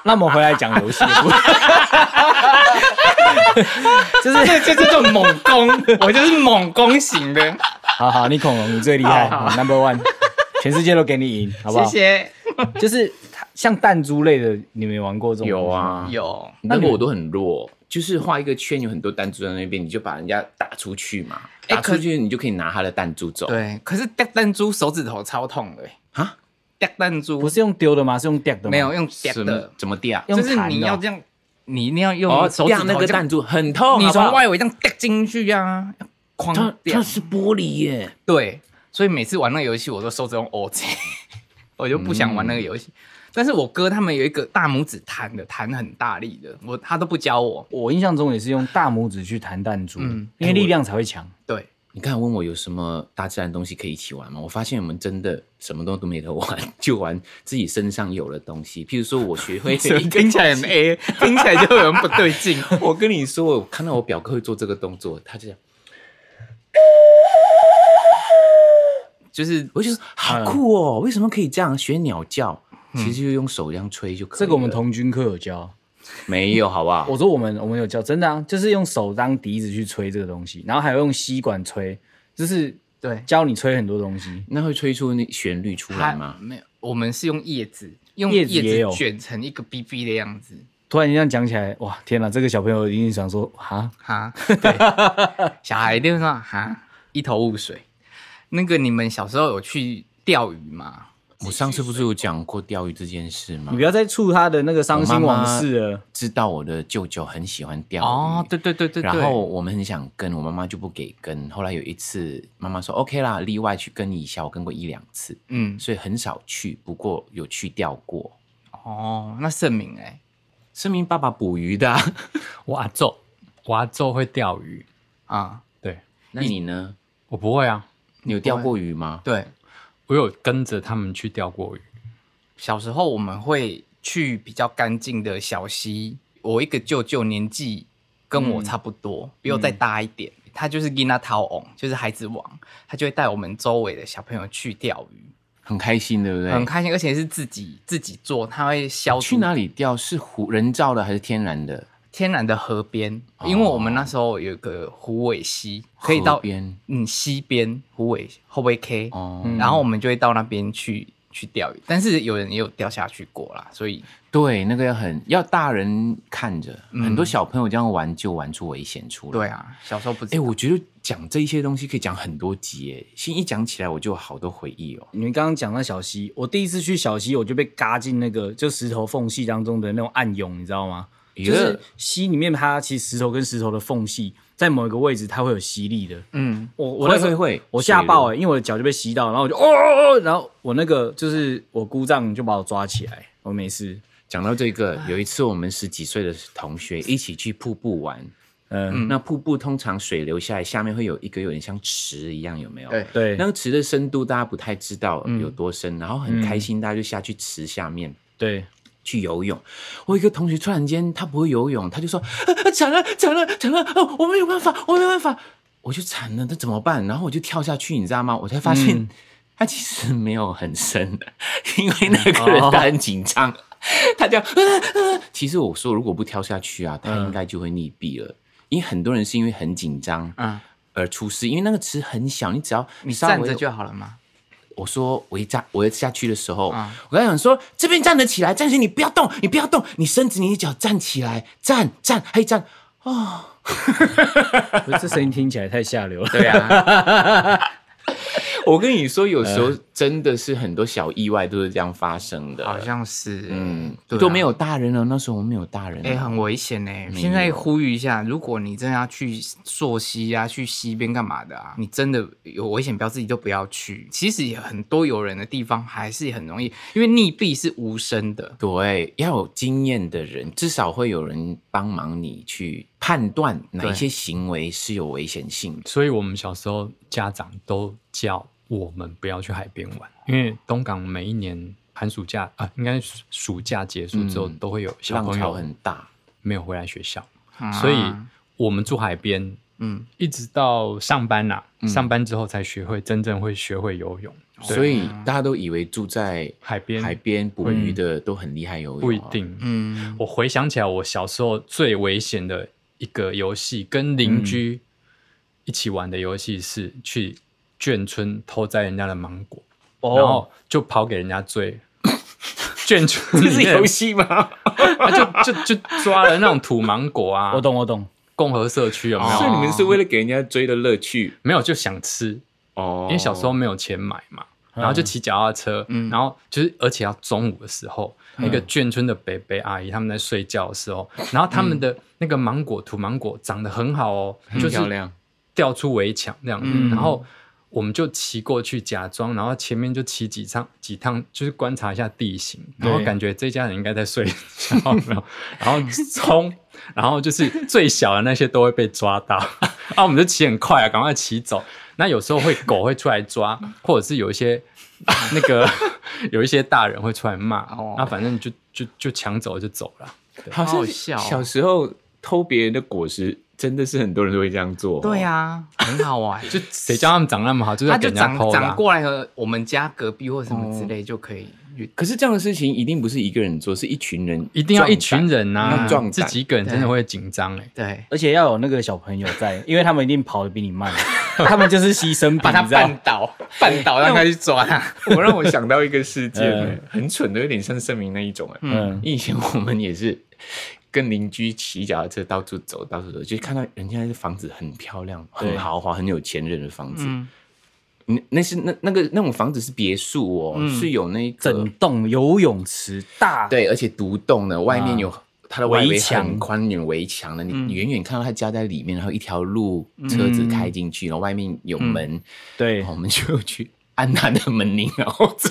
Speaker 3: 那我们回来讲 游戏的部分，就是
Speaker 1: 对，这就叫猛攻， 我就是猛攻型的。
Speaker 3: 好好，你恐龙你最厉害
Speaker 1: 好好
Speaker 3: ，Number One，全世界都给你赢，好不
Speaker 1: 谢
Speaker 3: 好？
Speaker 1: 谢。
Speaker 3: 就是它像弹珠类的，你没玩过这种？
Speaker 2: 有，啊，
Speaker 1: 有，
Speaker 2: 那个我都很弱，就是画一个圈，有很多弹珠在那边，你就把人家打出去嘛，
Speaker 1: 哎
Speaker 2: 打出去你就可以拿他的弹珠走。
Speaker 1: 对，可是掉弹珠手指头超痛的、欸，
Speaker 2: 啊，
Speaker 1: 掉弹珠
Speaker 3: 不是用丢的吗？是用掉的吗？
Speaker 1: 没有，用掉
Speaker 2: 什么
Speaker 1: 的，
Speaker 2: 怎么掉？
Speaker 3: 用
Speaker 1: 就是
Speaker 3: 弹的
Speaker 1: 你要
Speaker 3: 哦
Speaker 1: 这样，你一定要用
Speaker 2: 哦，
Speaker 1: 手指
Speaker 2: 掉
Speaker 1: 头
Speaker 2: 那个
Speaker 1: 这样
Speaker 2: 弹珠很痛，
Speaker 1: 你
Speaker 2: 好不好嗯
Speaker 1: 从外围这样掉进去啊，狂
Speaker 2: 它
Speaker 1: 掉
Speaker 2: 它。是玻璃耶，
Speaker 1: 对，所以每次玩那个游戏，我都手指用 OZ，我就不想玩那
Speaker 2: 嗯
Speaker 1: 个游戏。但是我哥他们有一个大拇指弹的，弹很大力的，我他都不教我。
Speaker 3: 我印象中也是用大拇指去弹弹珠，
Speaker 1: 嗯啊
Speaker 3: 因为力量才会强。
Speaker 1: 对，
Speaker 2: 你刚才问我有什么大自然东西可以一起玩吗？我发现我们真的什么都都没得玩，就玩自己身上有的东西。譬如说，我学 会了一个
Speaker 1: 听起来很 A，听起来就有人不对劲。
Speaker 2: 我跟你说，我看到我表哥会做这个动作，他就这样，
Speaker 1: 就是
Speaker 2: 我就说好酷哦，为什么可以这样学鸟叫？其实就用嗯手这样吹就可以了。
Speaker 3: 这个我们童军课有教，
Speaker 2: 没有，好不好？
Speaker 3: 我说我们我们有教，真的啊，就是用手当笛子去吹这个东西，然后还有用吸管吹，就是
Speaker 1: 对
Speaker 3: 教你吹很多东西。
Speaker 2: 那会吹出那旋律出来
Speaker 1: 它
Speaker 2: 吗？
Speaker 1: 没有，我们是用叶子，用
Speaker 3: 叶
Speaker 1: 叶
Speaker 3: 子也有
Speaker 1: 子卷成一个 B B 的样子，
Speaker 3: 突然间这样讲起来，哇，天哪！这个小朋友一定想说啊，
Speaker 1: 哈，对，小孩一定会说哈，一头雾水。那个你们小时候有去钓鱼吗？
Speaker 2: 我上次不是有讲过钓鱼这件事吗？
Speaker 3: 你不要再触他的那个伤心往事了。
Speaker 2: 我妈妈知道我的舅舅很喜欢钓鱼，
Speaker 1: 哦，对对对对对，
Speaker 2: 然后我们很想跟，我妈妈就不给跟。后来有一次，妈妈说 OK 啦，例外去跟一下，我跟过一两次，
Speaker 1: 嗯，
Speaker 2: 所以很少去，不过有去钓过。
Speaker 1: 哦，那盛明哎，
Speaker 2: 声明爸爸捕鱼的啊、
Speaker 4: 我阿昼，我阿昼会钓鱼，
Speaker 1: 啊，
Speaker 4: 对
Speaker 2: 那你呢？
Speaker 4: 我不会啊，
Speaker 2: 你有钓过鱼吗？
Speaker 1: 对，
Speaker 4: 我有跟着他们去钓过鱼。
Speaker 1: 小时候我们会去比较干净的小溪。我一个舅舅年纪跟
Speaker 2: 嗯
Speaker 1: 我差不多，比我再大一点，他就是 Gina t a o 就是孩子王，他就会带我们周围的小朋友去钓鱼，
Speaker 2: 很开心，对不对？
Speaker 1: 很开心，而且是自己自己做，他会消
Speaker 2: 去
Speaker 1: 除
Speaker 2: 哪里钓？是湖人造的还是天然的？
Speaker 1: 天然的河边，因为我们那时候有一个湖尾溪，可以
Speaker 2: 哦河
Speaker 1: 到
Speaker 2: 边
Speaker 1: 嗯西边湖尾后尾 K，、
Speaker 2: 哦。
Speaker 1: 然后我们就会到那边去去钓鱼，但是有人也有掉下去过啦，所以
Speaker 2: 对，那个要很要大人看着，
Speaker 1: 嗯
Speaker 2: 很多小朋友这样玩就玩出危险出来。
Speaker 1: 对啊，小时候不
Speaker 2: 哎、我觉得讲这一些东西可以讲很多集耶，新一讲起来我就有好多回忆哦。
Speaker 3: 你们刚刚讲到小溪，我第一次去小溪，我就被嘎进那个就石头缝隙当中的那种暗涌，你知道吗？就
Speaker 2: 耶
Speaker 3: 是溪里面，它其实石头跟石头的缝隙，在某一个位置它会有吸力的。
Speaker 1: 嗯，
Speaker 3: 我我
Speaker 2: 会
Speaker 3: 那时候
Speaker 2: 会会
Speaker 3: 我吓爆
Speaker 2: 水
Speaker 3: 哎、因为我的脚就被吸到，然后我就哦哦哦，然后我那个就是我姑丈就把我抓起来，我没事。
Speaker 2: 讲到这
Speaker 3: 啊
Speaker 2: 个，有一次我们十几岁的同学一起去瀑布玩，
Speaker 3: 嗯，
Speaker 2: 那瀑布通常水流下来，下面会有一个有点像池一样，有没有？
Speaker 1: 对，
Speaker 3: 对，嗯
Speaker 2: 那个池的深度大家不太知道有多深，然后很开心，大家就下去池下面。
Speaker 3: 对，
Speaker 2: 去游泳，我有一个同学突然间他不会游泳，他就说：“ 啊啊惨了，惨了，惨了！哦，我没有办法，我没有办法。”我就惨了，那怎么办？然后我就跳下去，你知道吗？我才发现、
Speaker 1: 嗯
Speaker 2: 他其实没有很深的， 因为那个人
Speaker 3: 哦
Speaker 2: 他很紧张，他就、啊啊其实我说如果不跳下去啊，他应该就会溺毙了，因为很多人是因为很紧张
Speaker 1: 嗯
Speaker 2: 而出事，因为那个池很小，你只要
Speaker 1: 你
Speaker 2: 稍
Speaker 1: 站
Speaker 2: 微
Speaker 1: 着就好了嘛，
Speaker 2: 我说我一站，我一下去的时候，
Speaker 1: 嗯
Speaker 2: 我跟他讲说这边站得起来，站起来，你不要动，你不要动，你伸直你的脚站起来，站站，还站。
Speaker 3: 可是这声音听起来太下流了。
Speaker 1: 对啊，
Speaker 2: 我跟你说，有时候真的是很多小意外都是这样发生的，
Speaker 1: 好像是，
Speaker 2: 嗯
Speaker 1: 嗯，
Speaker 2: 都没有大人哦了，那时候我们没有大人，
Speaker 1: 哎、很危险呢、
Speaker 2: 有
Speaker 1: 现在呼吁一下，如果你真的要去溯溪啊，去溪边干嘛的啊，你真的有危险标志，你都不要去。其实也很多有人的地方，还是很容易，因为溺毙是无声的。
Speaker 2: 对，要有经验的人，至少会有人帮忙你去判断哪一
Speaker 1: 对
Speaker 2: 些行为是有危险性的。
Speaker 4: 所以我们小时候家长都叫我们不要去海边玩，因为东港每一年寒暑假啊，应该是暑假结束之后、
Speaker 2: 嗯
Speaker 4: 都会有小
Speaker 2: 浪
Speaker 4: 朋
Speaker 2: 潮
Speaker 4: 友
Speaker 2: 很大，
Speaker 4: 没有回来学校，
Speaker 1: 啊
Speaker 4: 所以我们住海边，
Speaker 1: 嗯，
Speaker 4: 一直到上班呐、
Speaker 2: 嗯
Speaker 4: 上班之后才学会真正会学会游泳，对
Speaker 2: 所以大家都以为住在
Speaker 4: 海边
Speaker 2: 海边捕鱼的都很厉害游泳啊，
Speaker 4: 不一定。
Speaker 1: 嗯，
Speaker 4: 我回想起来，我小时候最危险的一个游戏，跟邻居一起玩的游戏是去眷村偷摘人家的芒果，然后就跑给人家 追。眷村这
Speaker 2: 戏吗？
Speaker 4: 就就就抓了那种土芒果啊，
Speaker 3: 我懂，我懂。
Speaker 4: 共和社区有没有？
Speaker 2: 所以你们是为了给人家追的乐趣
Speaker 4: 没有就想吃，
Speaker 2: 哦
Speaker 4: 因为小时候没有钱买嘛，然后就骑脚踏车，
Speaker 1: 嗯
Speaker 4: 然后就是而且要中午的时候，那个眷村的北北阿姨他们在睡觉的时候，然后他们的那个芒果土芒果长得很好哦，就是
Speaker 2: 亮，
Speaker 4: 掉出围墙那样，
Speaker 1: 嗯
Speaker 4: 然后我们就骑过去假装，然后前面就骑几趟几趟，就是观察一下地形，
Speaker 3: 对
Speaker 4: 然后感觉这家人应该在睡觉，然后 然后冲，然后就是最小的那些都会被抓到， 啊，我们就骑很快啊，赶快骑走。那有时候会狗会出来抓，或者是有一些那个 有一些大人会出来骂，
Speaker 1: 哦
Speaker 4: 那反正就就就抢走就走了。
Speaker 2: 好
Speaker 1: 好
Speaker 2: 像
Speaker 1: 好笑哦
Speaker 2: 小时候偷别人的果实，真的是很多人都会这样做。
Speaker 1: 对，啊，很好 玩。
Speaker 4: 就谁叫他们长那么好，就是
Speaker 1: 它
Speaker 4: 要
Speaker 1: 就
Speaker 4: 给人家
Speaker 1: 长
Speaker 4: 偷的啊、
Speaker 1: 长过来和我们家隔壁或什么
Speaker 3: 哦
Speaker 1: 之类就可以遇。
Speaker 2: 可是这样的事情一定不是一个人做，是一群人，
Speaker 4: 一定要一群人
Speaker 2: 那
Speaker 4: 呐、
Speaker 2: 壮胆
Speaker 4: 自己一个人真的会紧张哎。
Speaker 1: 对，
Speaker 3: 而且要有那个小朋友在，因为他们一定跑得比 你慢，他们就是牺牲品，
Speaker 1: 把它
Speaker 3: 你知道
Speaker 1: 绊倒， 绊倒让他去 抓它。
Speaker 2: 我让我想到一个事件、欸
Speaker 3: 嗯
Speaker 2: 很蠢的，有点像盛明那一种、哎、
Speaker 3: 嗯
Speaker 2: 以前我们也是跟邻居骑脚踏车到处走，到处走，就看到人家的房子很漂亮、
Speaker 3: 对
Speaker 2: 很豪华、很有钱人的房子。
Speaker 1: 嗯，
Speaker 2: 那那是那那个那种房子是别墅哦，
Speaker 1: 嗯
Speaker 2: 是有那个
Speaker 3: 整栋游泳池大，
Speaker 2: 对，而且独栋的，外面有它的外围
Speaker 3: 围墙
Speaker 2: 很宽，有围墙的，你
Speaker 1: 嗯
Speaker 2: 你远远看到他家在里面，然后一条路车子开进去，然后外面有门，
Speaker 3: 对
Speaker 2: 然
Speaker 1: 哦
Speaker 2: 后我们就去按他的门铃，然后走。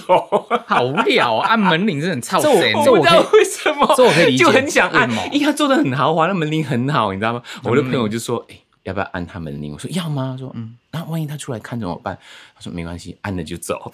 Speaker 1: 好无聊 啊！按门铃真的很操
Speaker 3: 这我
Speaker 1: 神。
Speaker 2: 我
Speaker 3: 这
Speaker 2: 不知道
Speaker 3: 可
Speaker 2: 为什么，
Speaker 3: 这我可以理 解
Speaker 2: 就很想按哎
Speaker 3: 为什么，
Speaker 2: 因为他做的很豪华，那门铃很好，你知道吗？我的朋友就说：“哎、要不要按他门铃？”我说：“要吗？”他说：“嗯，那万一他出来看怎么办？”他说：“没关系，按了就 走。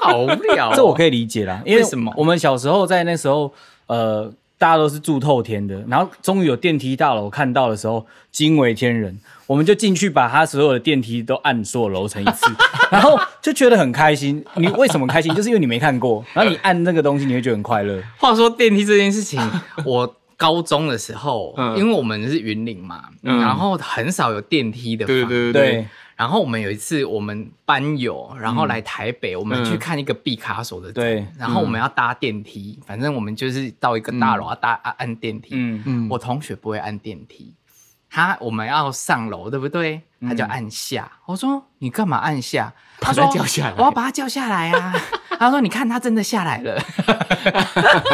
Speaker 1: 好无聊哦、
Speaker 3: 这我可以理解啦，因
Speaker 1: 为什么
Speaker 3: 我们小时候在那时候，呃，大家都是住透天的，然后终于有电梯大楼看到的时候，惊为天人，我们就进去把它所有的电梯都按所有楼层一次， 然后就觉得很开心。你为什么开心？就是因为你没看过，然后你按那个东西，你会觉得很快乐。
Speaker 1: 话说电梯这件事情， 我高中的时候，
Speaker 2: 嗯
Speaker 1: 因为我们是云岭嘛，
Speaker 2: 嗯
Speaker 1: 然后很少有电梯的”房，
Speaker 2: 对
Speaker 3: 对，
Speaker 1: 然后我们有一次，我们班友然后来台北，我们去看一个毕卡索的展
Speaker 3: 对
Speaker 1: 然后我们要搭电梯，反正我们就是到一个大楼要啊搭按按电梯。
Speaker 3: 嗯，
Speaker 2: 嗯
Speaker 1: 我同学不会按电梯，他我们要上楼，对不对？他就按下。我说你干嘛按下？
Speaker 2: 把
Speaker 1: 他
Speaker 2: 他
Speaker 1: 说
Speaker 2: 叫下来
Speaker 1: 我要把他叫下来啊。他说你看他真的下来了，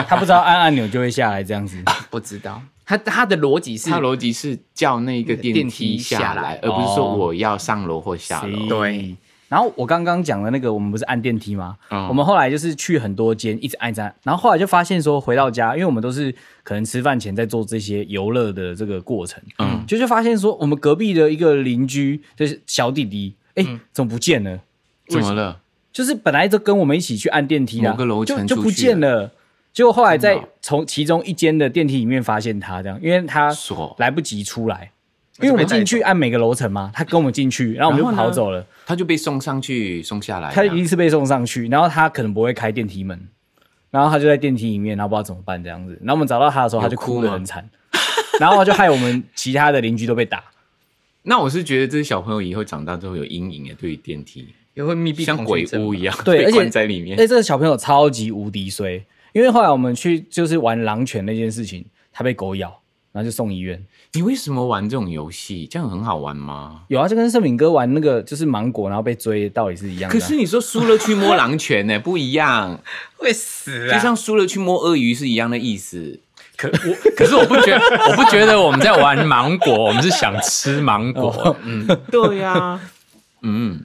Speaker 3: 他不知道按按钮就会下来这样子。
Speaker 1: 不知道他他的逻辑是
Speaker 2: 他逻辑是叫那个电
Speaker 1: 电
Speaker 2: 梯
Speaker 1: 梯
Speaker 2: 下
Speaker 1: 下
Speaker 2: 来
Speaker 1: 来，
Speaker 2: 而不是说
Speaker 3: 哦
Speaker 2: 我要上楼或下楼。
Speaker 3: 行
Speaker 1: 对。
Speaker 3: 然后我刚刚讲的那个，我们不是按电梯吗？
Speaker 2: 嗯
Speaker 3: 我们后来就是去很多间，一直按一直按，然后后来就发现说，回到家，因为我们都是可能吃饭前在做这些游乐的这个过程，
Speaker 2: 嗯
Speaker 3: 嗯，就就发现说，我们隔壁的一个邻居就是小弟弟，哎、
Speaker 2: 嗯
Speaker 3: 怎么不见了？
Speaker 2: 怎么了？
Speaker 3: 就是本来都跟我们一起去按电梯的啊，
Speaker 2: 某个楼层
Speaker 3: 就
Speaker 2: 出去
Speaker 3: 就不见了。结果后来在
Speaker 2: 真的哦
Speaker 3: 从其中一间的电梯里面发现他，这样，因为他
Speaker 2: 锁
Speaker 3: 来不及出来，因为我们进去按每个楼层嘛，他跟我们进去，然后我们
Speaker 2: 然
Speaker 3: 就
Speaker 2: 后呢
Speaker 3: 跑走了。
Speaker 2: 他就被送上去，送下来。
Speaker 3: 他一定是被送上去，然后他可能不会开电梯门，然后他就在电梯里面，然后不知道怎么办这样子。然后我们找到他的时候，
Speaker 2: 有
Speaker 3: 他
Speaker 2: 哭吗
Speaker 3: 就哭得很惨，然后就害我们其他的邻居都被 打。
Speaker 2: 那我是觉得这些小朋友以后长大之后有阴影的，对于电梯
Speaker 1: 也会密闭
Speaker 2: 像
Speaker 1: 恐惧
Speaker 2: 鬼
Speaker 1: 症
Speaker 2: 屋
Speaker 1: 吧
Speaker 2: 一样，
Speaker 3: 对，
Speaker 2: 被
Speaker 3: 而且
Speaker 2: 关在里
Speaker 3: 哎
Speaker 2: 面，。
Speaker 3: 这个小朋友超级无敌衰，因为后来我们去就是玩狼犬那件事情，他被狗咬，然后就送医院。
Speaker 2: 你为什么玩这种游戏？这样很好玩吗？
Speaker 3: 有啊，就跟盛敏哥玩那个就是芒果，然后被追，道理是一样的
Speaker 2: 可
Speaker 3: 啊。
Speaker 2: 是你说输了去摸狼犬呢、 不一样，
Speaker 1: 会死
Speaker 2: 就
Speaker 1: 啊！
Speaker 2: 像输了去摸鳄鱼是一样的意思。
Speaker 4: 可我可是我不觉 得，我不觉得我们在玩芒果， 我们是想吃芒果。
Speaker 2: 对呀、 嗯，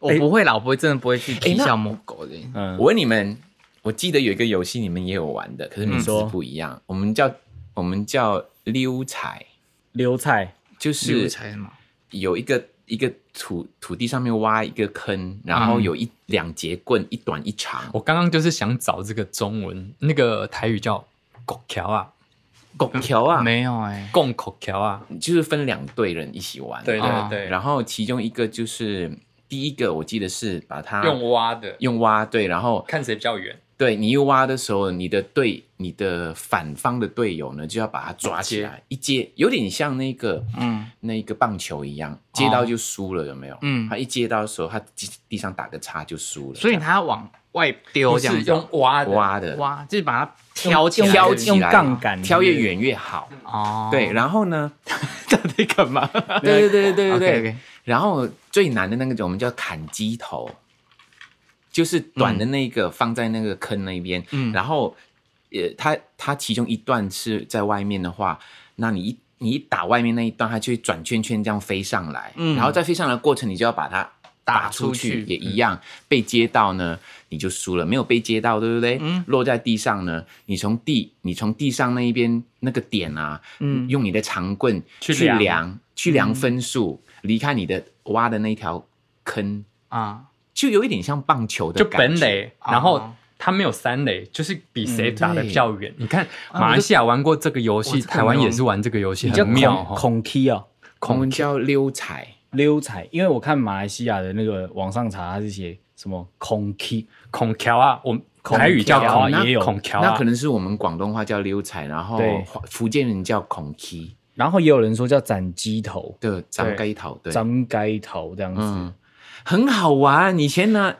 Speaker 1: 我不会啦，我不会，真的不会去
Speaker 2: 哎
Speaker 1: 皮
Speaker 2: 那
Speaker 1: 笑摸狗
Speaker 4: 欸
Speaker 1: 的。
Speaker 3: 嗯，
Speaker 2: 我问你们，我记得有一个游戏你们也有玩的，可是名字
Speaker 3: 说
Speaker 2: 不一样，我们叫我们叫溜彩，
Speaker 3: 溜菜，
Speaker 2: 就
Speaker 1: 有
Speaker 2: 是
Speaker 1: 才是吗？
Speaker 2: 有一个一个土土地上面挖一个坑，然后有一、两节棍，一短一长。
Speaker 4: 我刚刚就是想找这个中文，那个台语叫“狗条啊
Speaker 2: 拱桥啊，
Speaker 1: 没有哎”，“
Speaker 4: 共口条啊
Speaker 2: 就是分两队人一起玩。
Speaker 4: 对
Speaker 1: 对
Speaker 2: 啊
Speaker 4: 对
Speaker 2: 然后其中一个就是第一个，我记得是把”，它
Speaker 4: 用挖的，
Speaker 2: 用挖对，然后
Speaker 4: 看谁比较远。
Speaker 2: 对你一挖的时候，你的队你的反方的队友呢就要把它抓起来一接，有点像那个
Speaker 1: 嗯
Speaker 2: 那个棒球一样，接到就输了，有没有？
Speaker 1: 嗯
Speaker 2: 他一接到的时候，他地地上打个叉就输了。
Speaker 1: 所以他往外丢
Speaker 4: 不
Speaker 1: 这样
Speaker 4: 是
Speaker 1: 子哦
Speaker 4: 用挖
Speaker 2: 这
Speaker 4: 的，
Speaker 2: 样挖的
Speaker 1: 哇，就是把它挑起来
Speaker 2: 挑
Speaker 1: 是不是
Speaker 2: 起
Speaker 3: 用
Speaker 2: 来
Speaker 3: 杠杆
Speaker 2: 挑越远越好。
Speaker 1: 哦，
Speaker 2: 对，然后呢？
Speaker 1: 到底干嘛？
Speaker 2: 对对对对对对。
Speaker 1: OK，OK
Speaker 2: 然后最难的那个我们叫砍鸡头，就是短的那个放在那个坑那边，
Speaker 1: 嗯
Speaker 2: 然后呃，它它其中一段是在外面的话，那你一你一打外面那一段，它就会转圈圈这样飞上来，
Speaker 1: 嗯
Speaker 2: 然后在飞上来的过程，你就要把它。
Speaker 1: 打
Speaker 2: 打出去
Speaker 1: 出去
Speaker 2: 也一样，被接到呢，你就输了；没有被接到，对不对？
Speaker 1: 嗯
Speaker 2: 落在地上呢，你从地，你从地上那一边那个点啊，
Speaker 1: 嗯
Speaker 2: 用你的长棍
Speaker 4: 去
Speaker 2: 去
Speaker 4: 量
Speaker 2: 量去量分数，离开你的挖的那一条坑，
Speaker 1: 啊，
Speaker 2: 就有一点像棒球的
Speaker 4: 就
Speaker 2: 感
Speaker 4: 本
Speaker 2: 觉。
Speaker 4: 垒，然后
Speaker 1: 哦
Speaker 4: 他没有三垒，就是比谁
Speaker 2: 嗯
Speaker 4: 打的
Speaker 2: 对
Speaker 4: 比较远。你看马来西亚玩过这个游
Speaker 1: 我
Speaker 4: 戏，
Speaker 1: 这个
Speaker 4: 台湾
Speaker 1: 没有
Speaker 4: 也是玩这个游戏，
Speaker 3: 你叫
Speaker 4: 很妙
Speaker 3: 孔
Speaker 4: 哦。
Speaker 3: 孔 key 哦。
Speaker 2: 我们叫溜彩，
Speaker 3: 溜彩，因为我看马来西亚的那个网上查，它是写什么孔 key，
Speaker 4: 孔条啊，我们台语叫
Speaker 3: 条啊
Speaker 4: 孔
Speaker 3: 也有
Speaker 4: 孔条
Speaker 2: 那
Speaker 4: 啊
Speaker 2: 可，能是我们广东话叫溜彩，然后
Speaker 3: 对
Speaker 2: 福建人叫孔khí
Speaker 3: 然后也有人说叫斩鸡头、
Speaker 2: 的长街头，对，嗯
Speaker 3: 斩街头这样子。
Speaker 2: 嗯，很好玩。以前呢，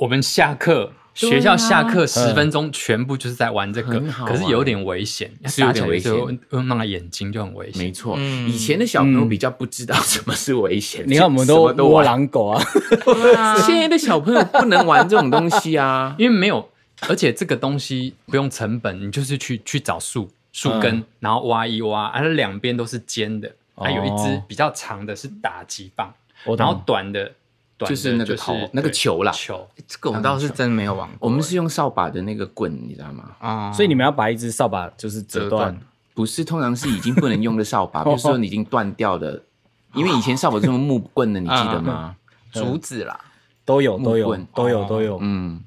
Speaker 4: 我们下课学校下课十分钟全部就是在玩这个，
Speaker 2: 啊很好
Speaker 4: 可是有
Speaker 2: 玩
Speaker 4: 点危险，
Speaker 2: 是有点危险
Speaker 4: 打起来就会嗯弄到眼睛就很危
Speaker 2: 没
Speaker 4: 险。。
Speaker 2: 错，
Speaker 1: 嗯
Speaker 2: 以前的小朋友比较不知道什么是危险。
Speaker 3: 你看我们
Speaker 2: 什
Speaker 3: 都
Speaker 2: 么都
Speaker 3: 窝
Speaker 2: 玩，
Speaker 3: 狼狗啊，
Speaker 2: 现在的小朋友不能玩这种东西啊
Speaker 4: 因为没有，而且这个东西不用成本，你就是去去找树树根，
Speaker 2: 嗯
Speaker 4: 然后挖一挖，啊，它两边都是尖的，还有一只
Speaker 3: 哦
Speaker 4: 比较长的是打击棒，
Speaker 3: 我
Speaker 4: 然
Speaker 3: 懂
Speaker 4: 后短的短
Speaker 2: 就
Speaker 4: 的
Speaker 2: 是那个头那个
Speaker 4: 对
Speaker 2: 球啦
Speaker 4: 球，
Speaker 1: 哎这个我倒是真没有玩过
Speaker 2: 我们是用扫把的那个棍，你知道吗？
Speaker 1: 啊，
Speaker 3: 所以你们要把一只扫把就是折断，
Speaker 2: 不是，通常是已经不能用的扫 把，比如说你已经断掉的，因为以前扫把是用木棍 的，你记得吗？
Speaker 1: 竹子啦，
Speaker 3: 都有都
Speaker 2: 木
Speaker 3: 有
Speaker 2: 棍
Speaker 3: 都有
Speaker 1: 哦
Speaker 3: 都有。
Speaker 2: 嗯，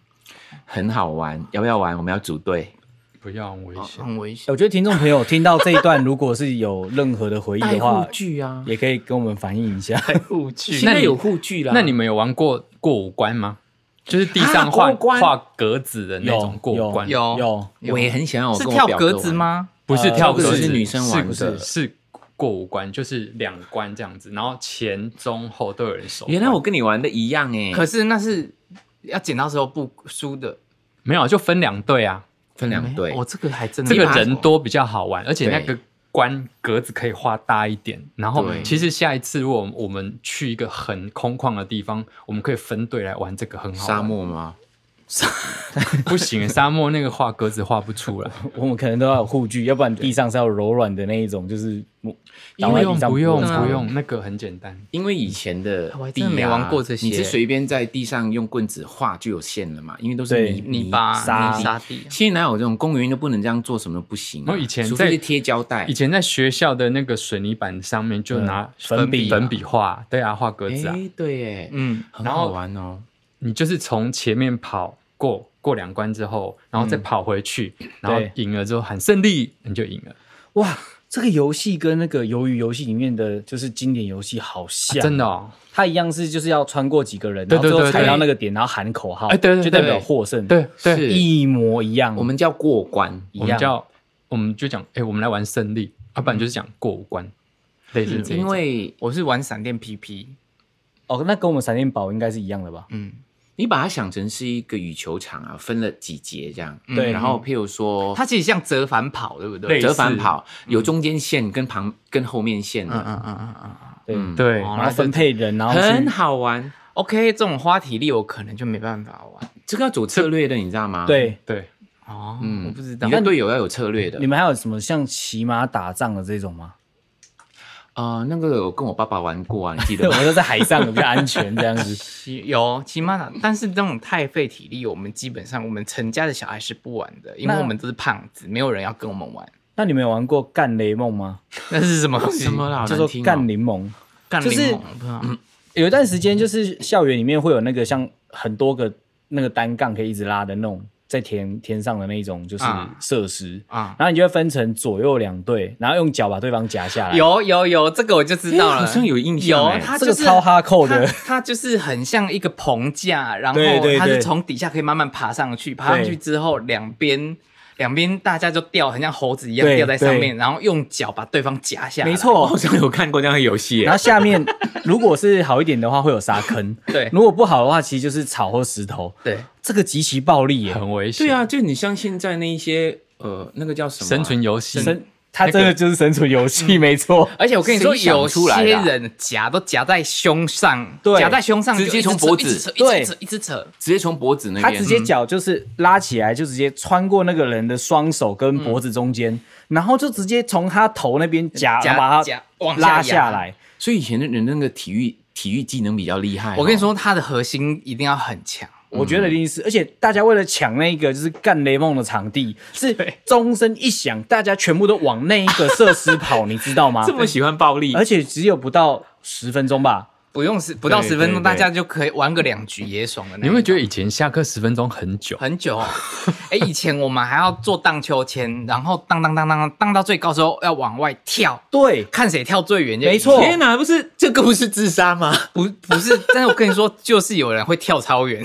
Speaker 2: 很好玩，要不要玩？我们要组队，
Speaker 4: 不要很
Speaker 2: 哦
Speaker 4: 危险。
Speaker 2: 嗯
Speaker 1: 很危险。
Speaker 3: 我觉得听众朋友听到这一段，如果是有任何的回忆
Speaker 2: 带
Speaker 3: 的
Speaker 2: 护
Speaker 3: 话，
Speaker 2: 具啊，
Speaker 3: 也可以跟我们反映一下。
Speaker 1: 护具
Speaker 2: 现在有护具啦。
Speaker 4: 那你们有玩过过五关吗？就是地上
Speaker 2: 啊
Speaker 4: 画
Speaker 2: 过关
Speaker 4: 画格子的那种过五关，
Speaker 1: 有
Speaker 3: 有
Speaker 2: 我也很想要，我
Speaker 1: 是
Speaker 2: 跟我
Speaker 1: 跳
Speaker 2: 表哥
Speaker 1: 格子
Speaker 2: 玩？
Speaker 1: 吗？
Speaker 4: 不是跳格
Speaker 3: 呃
Speaker 4: 子，
Speaker 2: 是女生玩的
Speaker 4: 是是过五关，就是两关这样子，然后前中后都有人守关。
Speaker 2: 原来我跟你玩的一样哎、
Speaker 1: 可是那是要剪刀石头布输的，
Speaker 4: 没有，就分两队啊，
Speaker 2: 分两队
Speaker 1: 哎我、，这个还真的
Speaker 4: 这个
Speaker 1: 没玩
Speaker 4: 人
Speaker 1: 过，
Speaker 4: 多比较好玩，而且那
Speaker 2: 对
Speaker 4: 个关格子可以画大一点。然后
Speaker 2: 对
Speaker 4: 其实下一次如果我们我们去一个很空旷的地方，我们可以分队来玩这个，很好玩。
Speaker 2: 沙漠吗？
Speaker 4: 不行，沙漠那个画格子画不 出来。
Speaker 3: 我们可能都要有护具，要不然地上是要柔软的那一种，就是木倒
Speaker 4: 不
Speaker 3: 在
Speaker 4: 用
Speaker 3: 地上
Speaker 4: 不用
Speaker 3: 会
Speaker 1: 啊
Speaker 4: 不用，那个很简单。
Speaker 2: 因为以前的
Speaker 1: 我还
Speaker 2: 地
Speaker 1: 真的没
Speaker 2: 啊
Speaker 1: 玩过这些
Speaker 2: 你是随便在地上用棍子画就有线了嘛？因为都是
Speaker 3: 对
Speaker 2: 泥
Speaker 1: 泥巴、
Speaker 3: 沙
Speaker 1: 泥沙地，
Speaker 2: 现在哪有这种公园都不能这样做，什么都不行、啊。
Speaker 4: 然后以前
Speaker 2: 除
Speaker 4: 在
Speaker 2: 非是贴胶带
Speaker 4: 以，前在学校的那个水泥板上面就
Speaker 2: 嗯
Speaker 4: 拿
Speaker 3: 粉笔啊
Speaker 4: 粉笔画，对啊，画格子啊。
Speaker 2: 哎，对耶，
Speaker 1: 嗯，
Speaker 2: 很
Speaker 4: 然
Speaker 2: 好
Speaker 4: 后
Speaker 2: 玩哦。
Speaker 4: 你就是从前面跑过过两关之后，然后再
Speaker 2: 嗯
Speaker 4: 跑回去，然后
Speaker 3: 对
Speaker 4: 赢了之后喊胜利，你就赢了。
Speaker 3: 哇，这个游戏跟那个鱿鱼游戏里面的就是经典游戏好像，
Speaker 2: 啊
Speaker 4: 真的哦，
Speaker 3: 它一样是就是要穿过几个人，
Speaker 4: 对
Speaker 3: 然后最
Speaker 4: 对
Speaker 3: 后
Speaker 4: 对
Speaker 3: 踩
Speaker 4: 对
Speaker 3: 到那个点，然后喊口号，
Speaker 4: 哎对对
Speaker 3: 就代
Speaker 4: 对
Speaker 3: 表获胜，
Speaker 4: 对对，
Speaker 2: 是
Speaker 3: 一模一样。
Speaker 2: 我们叫过关，
Speaker 4: 我们叫我们就讲，哎，我们来玩胜利，
Speaker 2: 嗯
Speaker 4: 要不然就是讲过五关，类似这一
Speaker 2: 因
Speaker 4: 种。
Speaker 2: 为
Speaker 1: 我是玩闪电 PP，
Speaker 3: 哦，那跟我们闪电宝应该是一样的吧？
Speaker 1: 嗯，
Speaker 2: 你把它想成是一个羽球场啊，分了几节这样。
Speaker 3: 对
Speaker 2: 然后譬如说
Speaker 1: 它其实像折返跑，对不对？
Speaker 4: 类似
Speaker 2: 折返跑，有中间线跟旁跟后面线
Speaker 1: 嗯
Speaker 2: 的，
Speaker 1: 嗯嗯嗯嗯嗯
Speaker 3: 对，
Speaker 2: 嗯
Speaker 4: 对，
Speaker 1: 哦
Speaker 3: 然后分配人，然后
Speaker 2: 很
Speaker 3: 去
Speaker 2: 好玩。
Speaker 1: ，OK，这种花体力我可能就没办法玩
Speaker 2: 这个要走策略的，你知道吗？，
Speaker 3: 对。
Speaker 4: 对，
Speaker 1: 哦，
Speaker 2: 嗯
Speaker 1: 我不知道
Speaker 2: 你的队友要有策略的
Speaker 3: 你。们还有什么像骑马打仗的这种 吗？
Speaker 2: 啊，那个我跟我爸爸玩过啊，你记
Speaker 3: 对，
Speaker 2: 得
Speaker 3: 我
Speaker 2: 吗？
Speaker 3: 们都在海上比较安全这样 子。
Speaker 1: 骑有骑马
Speaker 3: 嗯
Speaker 1: 打，但是这种太费体力，我们基本上我们陈家的小孩是不玩的，因为
Speaker 3: 那
Speaker 1: 我们都是胖子，没有人要跟我 们玩。
Speaker 3: 那你们有玩过干雷梦吗？
Speaker 1: 那是什么东西？
Speaker 2: 什么啦？好
Speaker 3: 叫
Speaker 2: 难
Speaker 3: 做
Speaker 2: 听哦
Speaker 3: 干柠檬。
Speaker 1: 干
Speaker 3: 就
Speaker 1: 柠
Speaker 3: 是
Speaker 1: 檬？
Speaker 3: 嗯
Speaker 1: 我不知道
Speaker 3: 有一段时间，就是校园里面会有那个像很多个那个单杠可以一直拉的那种，在田田上的那一种就是
Speaker 1: 啊
Speaker 3: 设施，
Speaker 1: 啊，
Speaker 3: 然后你就会分成左右两队，然后用脚把对方夹下来。
Speaker 1: 有有有，这个我就知道
Speaker 3: 哎
Speaker 1: 了，
Speaker 2: 诶好像有印象
Speaker 1: 有，
Speaker 2: 诶
Speaker 1: 它
Speaker 3: 这
Speaker 1: 就
Speaker 3: 个
Speaker 1: 是
Speaker 3: 超哈扣
Speaker 1: 它
Speaker 3: 的，
Speaker 1: 它就是很像一个棚架，然后
Speaker 3: 对对
Speaker 1: 它
Speaker 3: 对
Speaker 1: 是从底下可以慢慢爬上去，爬上去之后两边两边大家就吊，很像猴子一样
Speaker 3: 对
Speaker 1: 吊在上
Speaker 3: 对
Speaker 1: 面，然后用脚把对方夹下来。
Speaker 3: 没
Speaker 2: 我哦好
Speaker 3: 错。
Speaker 2: 像有看过那样的游戏耶
Speaker 3: 然后下面 如果是好一点的话，会有沙坑；
Speaker 1: 对
Speaker 3: 如果不好的话，其实就是草或石头。
Speaker 1: 对，
Speaker 3: 这个极其暴力耶，
Speaker 4: 很危险。
Speaker 2: 对，啊，就你像现在那一些呃，那个叫什么啊
Speaker 4: 生存游戏，
Speaker 3: 生它真的就是生存游
Speaker 1: 嗯
Speaker 3: 戏，没错。
Speaker 1: 而且我跟你说，
Speaker 2: 谁想
Speaker 1: 有
Speaker 2: 出来的
Speaker 1: 些
Speaker 2: 啊
Speaker 1: 人夹都夹在胸上，
Speaker 3: 对
Speaker 1: 夹在胸上就
Speaker 2: 直接
Speaker 1: 一直
Speaker 2: 从
Speaker 1: 扯
Speaker 2: 脖子
Speaker 1: 一直扯一
Speaker 3: 对
Speaker 1: 直扯一直扯，
Speaker 2: 直接从脖子那
Speaker 3: 他
Speaker 2: 边，
Speaker 3: 直接脚就是拉起来，就直接穿过那个人的双手跟脖子中间，然后就直接从他头那边夹，
Speaker 1: 嗯夹
Speaker 3: 把
Speaker 1: 夹
Speaker 3: 他
Speaker 1: 往下
Speaker 3: 拉
Speaker 1: 压
Speaker 3: 下来。
Speaker 2: 所以以前的人那个体育体育技能比较厉害哦。
Speaker 1: 我跟你说，他的核心一定要很强。
Speaker 3: 我
Speaker 2: 嗯
Speaker 3: 觉得一定是，而且大家为了抢那个就是干雷梦的场地，是钟声一响，大家全部都往那一个设施 跑，你知道吗
Speaker 2: 这？么喜欢暴 力
Speaker 3: 而，且只有不到十分钟吧，
Speaker 1: 不用十不到
Speaker 2: 对
Speaker 1: 十分
Speaker 2: 对
Speaker 1: 钟，
Speaker 2: 对
Speaker 1: 大家就可以玩个两局也爽的那种。
Speaker 4: 你
Speaker 2: 哎
Speaker 4: 会觉得以前下课十分钟很久，
Speaker 1: 很久、哦。哎、以前我们还要做荡秋千，然后荡荡荡荡荡到最高时候要往外跳，
Speaker 3: 对，
Speaker 1: 看谁跳最远就赢。
Speaker 3: 没错
Speaker 2: 天哪，不是这个不是自杀吗？
Speaker 1: 不不是，但是我跟你说，就是有人会跳超远，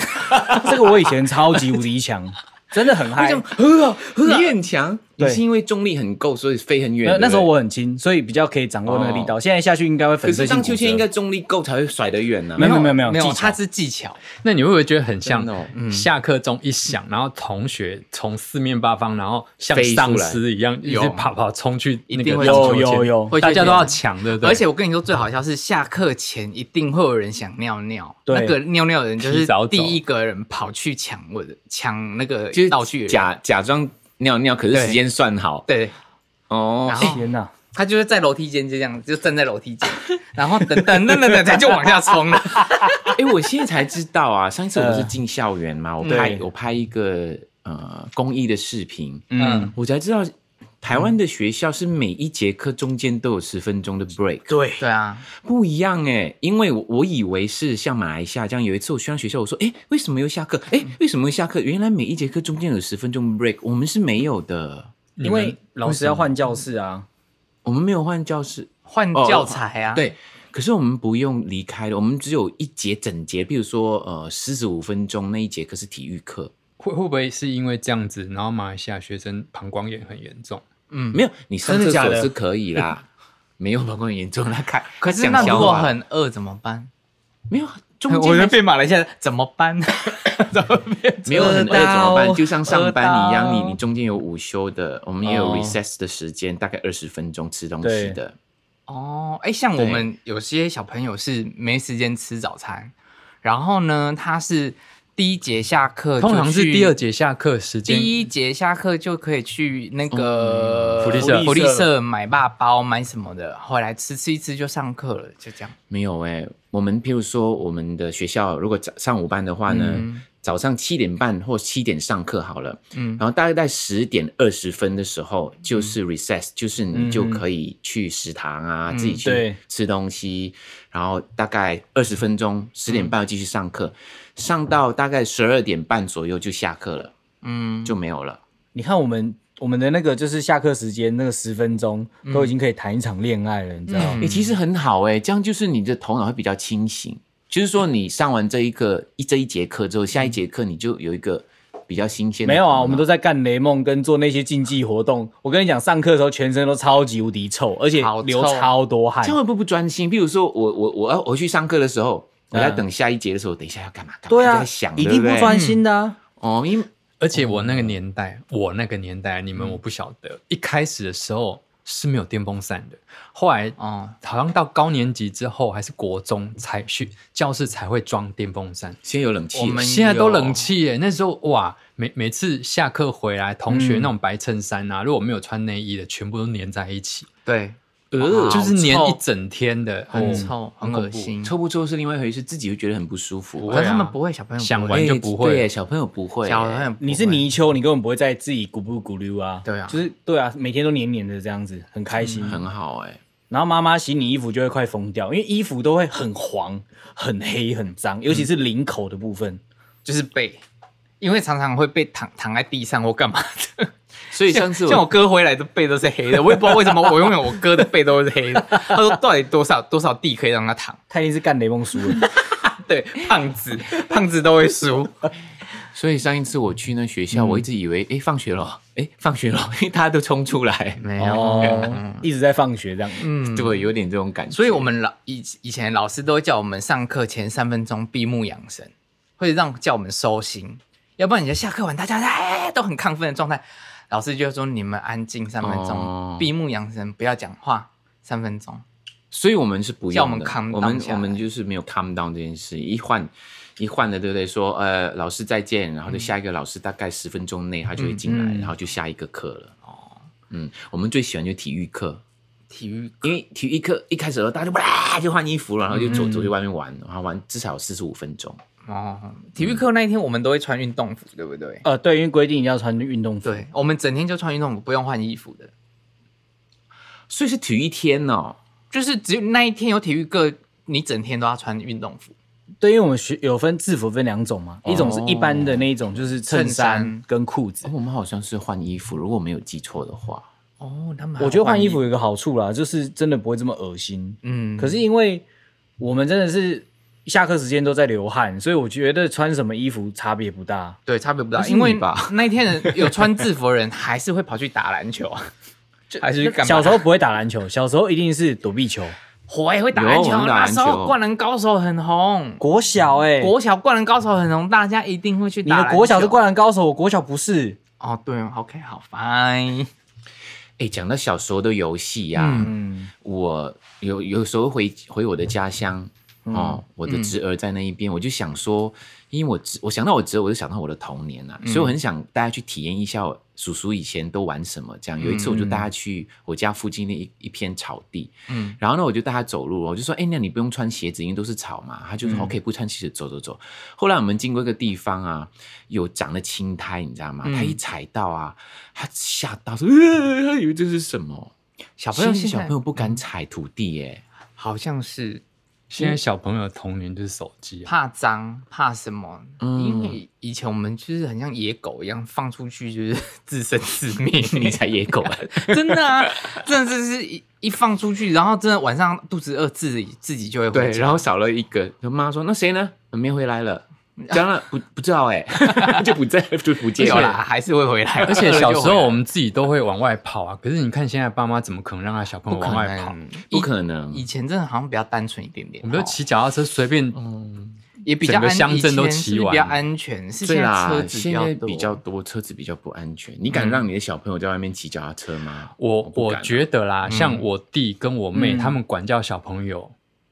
Speaker 3: 这个我以前超级无敌强，真的很嗨
Speaker 2: 这。样，呵啊呵啊，你很强，你
Speaker 3: 对
Speaker 2: 是因为重力很够，所以飞很远
Speaker 3: 那。那时候
Speaker 2: 对不对
Speaker 3: 我很轻，所以比较可以掌握那个力道。现在下去应该会
Speaker 2: 哦
Speaker 3: 粉
Speaker 2: 可
Speaker 3: 碎
Speaker 2: 是
Speaker 3: 性
Speaker 2: 荡
Speaker 3: 骨
Speaker 2: 秋千应该哦
Speaker 3: 折。
Speaker 2: 重力够才会甩得远呢、
Speaker 3: 没有没有没 有
Speaker 1: 没有，
Speaker 3: 技巧
Speaker 1: 它是技巧。
Speaker 4: 那你会不会觉得很像
Speaker 2: 真的哦
Speaker 1: 嗯
Speaker 4: 下课钟一响，然后同学从四面八方，然后像
Speaker 2: 飞出来
Speaker 4: 丧尸一样，一
Speaker 1: 有
Speaker 4: 直跑跑冲去那
Speaker 1: 一定
Speaker 4: 个
Speaker 1: 会
Speaker 4: 荡
Speaker 1: 有
Speaker 4: 秋千
Speaker 3: 有有
Speaker 1: 会去
Speaker 4: 大家都
Speaker 1: 跳
Speaker 4: 要抢，对不对？
Speaker 1: 而且我跟你说，最好笑是下课前一定会有人想尿尿，
Speaker 3: 对
Speaker 1: 那个尿尿的人就
Speaker 4: 提
Speaker 1: 是
Speaker 4: 早走
Speaker 1: 第一个人跑去抢我的抢那个
Speaker 2: 就是
Speaker 1: 道具人，
Speaker 2: 假假装尿尿，可是
Speaker 1: 对
Speaker 2: 时间算好
Speaker 1: 对，
Speaker 2: 哦
Speaker 1: 然。后
Speaker 3: 天哪！
Speaker 1: 他就是在楼梯间就这样，就站在楼梯间， 然后等等等等等，他就往下冲了。
Speaker 2: 哎、我现在才知道啊，上一次我不是进校园嘛，我拍
Speaker 3: 对
Speaker 2: 我拍一个呃公益的视频，
Speaker 1: 嗯，
Speaker 2: 我才知道台湾的学校是每一节课中间都有十分钟的 break，
Speaker 3: 对，
Speaker 1: 对啊，
Speaker 2: 不一样哎、因为我我以为是像马来西亚这样，有一次我去到学校，我说哎、诶为什么又下课？哎、为什么又下课？原来每一节课中间有十分钟 break，我们是没有的，
Speaker 4: 你
Speaker 3: 因
Speaker 4: 们
Speaker 3: 为老师要换教室
Speaker 2: 嗯
Speaker 3: 啊。
Speaker 2: 我们没有换教室。
Speaker 1: 换
Speaker 2: 哦
Speaker 1: 教材啊，，
Speaker 2: 对，可是我们不用离开了，我们只有一节整节，比如说呃四十五分钟那一节课是体育课，
Speaker 4: 会会不会是因为这样子，然后马来西亚学生膀胱炎很严重？
Speaker 1: 嗯，
Speaker 2: 没有你上
Speaker 3: 真
Speaker 2: 厕
Speaker 3: 的假的
Speaker 2: 所是可以啦，没有膀胱炎重，那看
Speaker 1: 可是
Speaker 2: 讲
Speaker 1: 那如
Speaker 2: 笑
Speaker 1: 果
Speaker 2: 话
Speaker 1: 很饿怎么办？
Speaker 2: 没有中间
Speaker 1: 我
Speaker 2: 还
Speaker 1: 就是被马来西亚怎么办？ 怎么变？
Speaker 2: 没有很饿怎么办？就像上班一样，
Speaker 1: 饿到
Speaker 2: 你你中间有午休的，我们也有
Speaker 3: 哦
Speaker 2: recess 的时间，大概二十分钟吃东西的。
Speaker 1: 哦，哎，像我们有些小朋友是没时间吃早餐，然后呢，他是第一节下课，
Speaker 4: 通常是第二，节下课时间，
Speaker 1: 第一节下课就可以去那个
Speaker 4: 嗯福利社
Speaker 1: 福利社买霸包买什么的，后来吃吃一吃就上课了，就这样。
Speaker 2: 没有哎、我们譬如说我们的学校，如果早上午班的话呢，
Speaker 1: 嗯
Speaker 2: 早上七点半或七点上课好了，
Speaker 1: 嗯
Speaker 2: 然后大概在十点二十分的时候就是 recess，、就是你
Speaker 1: 嗯
Speaker 2: 就可以去食堂啊，自己去
Speaker 3: 对
Speaker 2: 吃东西，然后大概二十分钟，十
Speaker 1: 嗯
Speaker 2: 点半继续上课，上到大概十二点半左右就下课了，
Speaker 1: 嗯，
Speaker 2: 就没有了。
Speaker 3: 你看我们我们的那个就是下课时间那个十分钟，
Speaker 2: 嗯
Speaker 3: 都已经可以谈一场恋爱了，你知道吗？
Speaker 2: 哎、其实很好哎、这样就是你的头脑会比较清醒。就是说，你上完这一课一这一节课之后，下一节课你就有一个比较新鲜的
Speaker 3: 没
Speaker 2: 头脑。
Speaker 3: 有啊，我们都在干雷梦跟做那些竞技活动。我跟你讲，上课的时候全身都超级无敌臭，而且
Speaker 1: 好臭
Speaker 3: 流超多汗
Speaker 2: 这。样会不会不专心？比如说我，我我我要我去上课的时候，我在等下一节的时候，等一下要干嘛干嘛？
Speaker 3: 对
Speaker 2: 就
Speaker 3: 啊
Speaker 2: 在想，，
Speaker 3: 一
Speaker 2: 对
Speaker 3: 定
Speaker 2: 不
Speaker 3: 不
Speaker 2: 对
Speaker 3: 专心的啊。
Speaker 2: 哦，因为
Speaker 4: 而且我那个年代，我那个年代，你们我不晓得，一开始的时候是没有电风扇的，后来
Speaker 1: 哦，
Speaker 4: 好像到高年级之后，还是国中才去教室才会装电风扇。
Speaker 2: 先有冷
Speaker 1: 我
Speaker 2: 气了，
Speaker 1: 们
Speaker 4: 现在都
Speaker 1: 有
Speaker 4: 冷气耶，那时候哇，每每次下课回来，同学
Speaker 3: 嗯
Speaker 4: 那种白衬衫啊，如果没有穿内衣的，全部都粘在一起，
Speaker 1: 对，
Speaker 2: 呃，
Speaker 4: 就是粘
Speaker 1: 臭嗯
Speaker 4: 一整天的，
Speaker 1: 很
Speaker 4: 哦
Speaker 1: 臭，很
Speaker 4: 恐
Speaker 1: 恶
Speaker 4: 怖
Speaker 1: 心。
Speaker 2: 抽不抽是另外一回事，自己会觉得很不舒服。
Speaker 4: 不
Speaker 1: 可
Speaker 4: 会
Speaker 1: 是他们
Speaker 4: 啊
Speaker 1: 不会，小朋友不
Speaker 4: 想
Speaker 1: 会
Speaker 4: 玩就
Speaker 2: 哎
Speaker 4: 不会
Speaker 2: 对，小朋友不会，
Speaker 1: 小朋友不
Speaker 3: 你是
Speaker 1: 会
Speaker 3: 泥鳅，你根本不会在自己咕噜咕噜啊。
Speaker 1: 对啊
Speaker 3: 就是对啊，每天都黏黏的这样子，很开心。
Speaker 2: 很好哎。
Speaker 3: 然后妈妈洗你衣服就会快疯掉，因为衣服都会很黄、很黑、很脏，尤其是领口的部分。
Speaker 1: 就是背，因为常常会被躺躺在地上或干嘛的。
Speaker 2: 所以上次
Speaker 1: 像我
Speaker 2: 我
Speaker 1: 哥回来的背都是黑的，我也不知道为什么，我永远我哥的背都是 黑的。他说到底多少多少地可以让他躺？
Speaker 3: 他一定是干雷梦输了。
Speaker 1: 对，胖子胖子都会输。
Speaker 2: 所以上一次我去那学校，我一直以为哎放学了，哎放学了， 因为大家都冲出来，
Speaker 1: 没
Speaker 3: 哦，一直在放学这样。
Speaker 1: 嗯，
Speaker 2: 对，有点这种感觉。
Speaker 1: 所以我们老以以前老师都会叫我们上课前三分钟闭目养神，会让叫我们收心，要不然你就下课完大家哎都很亢奋的状态，老师就会说你们安静三分
Speaker 2: 哦
Speaker 1: 钟，闭目养神，不要讲话三分钟。
Speaker 2: 所以我们是不
Speaker 1: 叫
Speaker 2: 用
Speaker 1: 我们
Speaker 2: 的
Speaker 1: calm down
Speaker 2: 我们
Speaker 1: 下
Speaker 2: 我
Speaker 1: 来
Speaker 2: 们就是没有 calm down 这件事，一换一换了，对不对？说呃，老师再见，然后就下一个老师大概十分钟内他就会进来，
Speaker 3: 嗯嗯
Speaker 2: 然后就下一个课了。哦，嗯，我们最喜欢就体育课，
Speaker 1: 体育
Speaker 2: 因为体育课一开始的时候大家就哇就换衣服了，然后
Speaker 1: 嗯
Speaker 2: 就走走去外面玩，然后玩至少四十五分钟。
Speaker 1: 哦，体育课那一天我们都会穿运动服，对不对？
Speaker 3: 呃，对，因为规定一定要穿运动服。
Speaker 1: 对，我们整天就穿运动服，不用换衣服的。
Speaker 2: 所以是体育天
Speaker 1: 嗯
Speaker 2: 哦，
Speaker 1: 就是只有那一天有体育课，你整天都要穿运动服。
Speaker 3: 对，因为我们学有分制服分两种嘛，一种是一般的那一种，就是哦衬
Speaker 1: 衬衫
Speaker 3: 衫跟裤子
Speaker 2: 哦。我们好像是换衣服，如果没有记错的话，
Speaker 1: 哦，他们
Speaker 3: 我觉得换衣服，有一个好处啦，就是真的不会这么恶心。
Speaker 1: 嗯，
Speaker 3: 可是因为我们真的是下课时间都在流汗，所以我觉得穿什么衣服差别不大。
Speaker 1: 对，差别不大，
Speaker 2: 那是
Speaker 1: 因为
Speaker 2: 你吧
Speaker 1: 那一天人有穿制服的人还是会跑去打篮球啊，还是去干嘛？
Speaker 3: 小时候不会打篮球，小时候一定是躲避球。
Speaker 1: 我也会打篮球，
Speaker 2: 有我们打
Speaker 1: 那
Speaker 2: 篮球
Speaker 1: 时候《灌篮高手》很红，
Speaker 3: 国小哎、
Speaker 1: 国小《灌篮高手》很红，大家一定会去
Speaker 3: 你
Speaker 1: 打篮
Speaker 3: 的
Speaker 1: 球。
Speaker 3: 国小是灌篮高手，我国小不是。
Speaker 1: 哦，对哦，OK，好，fine，
Speaker 2: 哎、讲到小时候的游戏呀、
Speaker 3: 嗯，
Speaker 2: 我有有时候回回我的家乡，
Speaker 1: 嗯
Speaker 2: 哦，我的侄儿在那一边，我就想说，因为我侄我想到我侄儿，我就想到我的童年
Speaker 1: 嗯
Speaker 2: 啊，所以我很想大家去体验一下我叔叔以前都玩什么。这样有一次，我就带他去我家附近的一一片草地，
Speaker 1: 嗯
Speaker 2: 然后呢，我就带他走路，我就说，哎、那你不用穿鞋子，因为都是草嘛。他
Speaker 1: 嗯
Speaker 2: 就说、OK，不穿鞋子走走走。后来我们经过一个地方啊，有长了青苔，你知道吗？他
Speaker 1: 嗯
Speaker 2: 一踩到啊，他吓到说，呃他以为这是什么？
Speaker 1: 小朋友
Speaker 2: 现在
Speaker 1: 现在嗯
Speaker 2: 小朋友不敢踩土地耶、
Speaker 1: 好像是
Speaker 4: 现在小朋友的童年就是手机啊，
Speaker 1: 怕脏，怕什么？
Speaker 2: 嗯
Speaker 1: 因为以前我们就是很像野狗一样，放出去就是 自生自 灭。
Speaker 2: 你才野狗 啊！
Speaker 1: 真的啊，真的就是一一放出去，然后真的晚上肚子饿，自己自己就会回
Speaker 2: 对，
Speaker 1: 家。
Speaker 2: 然后少了一个，我妈说那谁呢？没回来 了，讲了不不知道哎、欸， 就不在就不见
Speaker 1: 有啦，
Speaker 2: 了。
Speaker 1: 还是会回来。
Speaker 4: 而且小
Speaker 1: 饿
Speaker 4: 时
Speaker 1: 了就回
Speaker 4: 候
Speaker 1: 来
Speaker 4: 我们自己都会往外跑啊，可是你看现在爸妈怎么可能让他小朋友
Speaker 1: 不
Speaker 4: 往
Speaker 1: 可
Speaker 4: 外跑？
Speaker 1: 能，
Speaker 2: 不可能
Speaker 1: 以前真的好像比较单纯一点点，
Speaker 4: 我们都
Speaker 1: 哦
Speaker 4: 骑脚踏车随便，
Speaker 1: 嗯也比较
Speaker 4: 整个
Speaker 1: 安，
Speaker 4: 乡镇都
Speaker 1: 以前是不是
Speaker 4: 骑完
Speaker 1: 比较安全。是现
Speaker 2: 对
Speaker 1: 在
Speaker 2: 啦
Speaker 1: 车，子
Speaker 2: 现在
Speaker 1: 比
Speaker 2: 比较
Speaker 1: 较多
Speaker 2: 多车子比较不安全，你敢让你的小朋友在外面骑脚踏车吗？
Speaker 4: 我
Speaker 2: 不
Speaker 4: 我
Speaker 2: 敢啊
Speaker 4: 觉得
Speaker 1: 嗯
Speaker 4: 啦，像我弟跟我妹
Speaker 3: 嗯
Speaker 4: 他们管教小朋友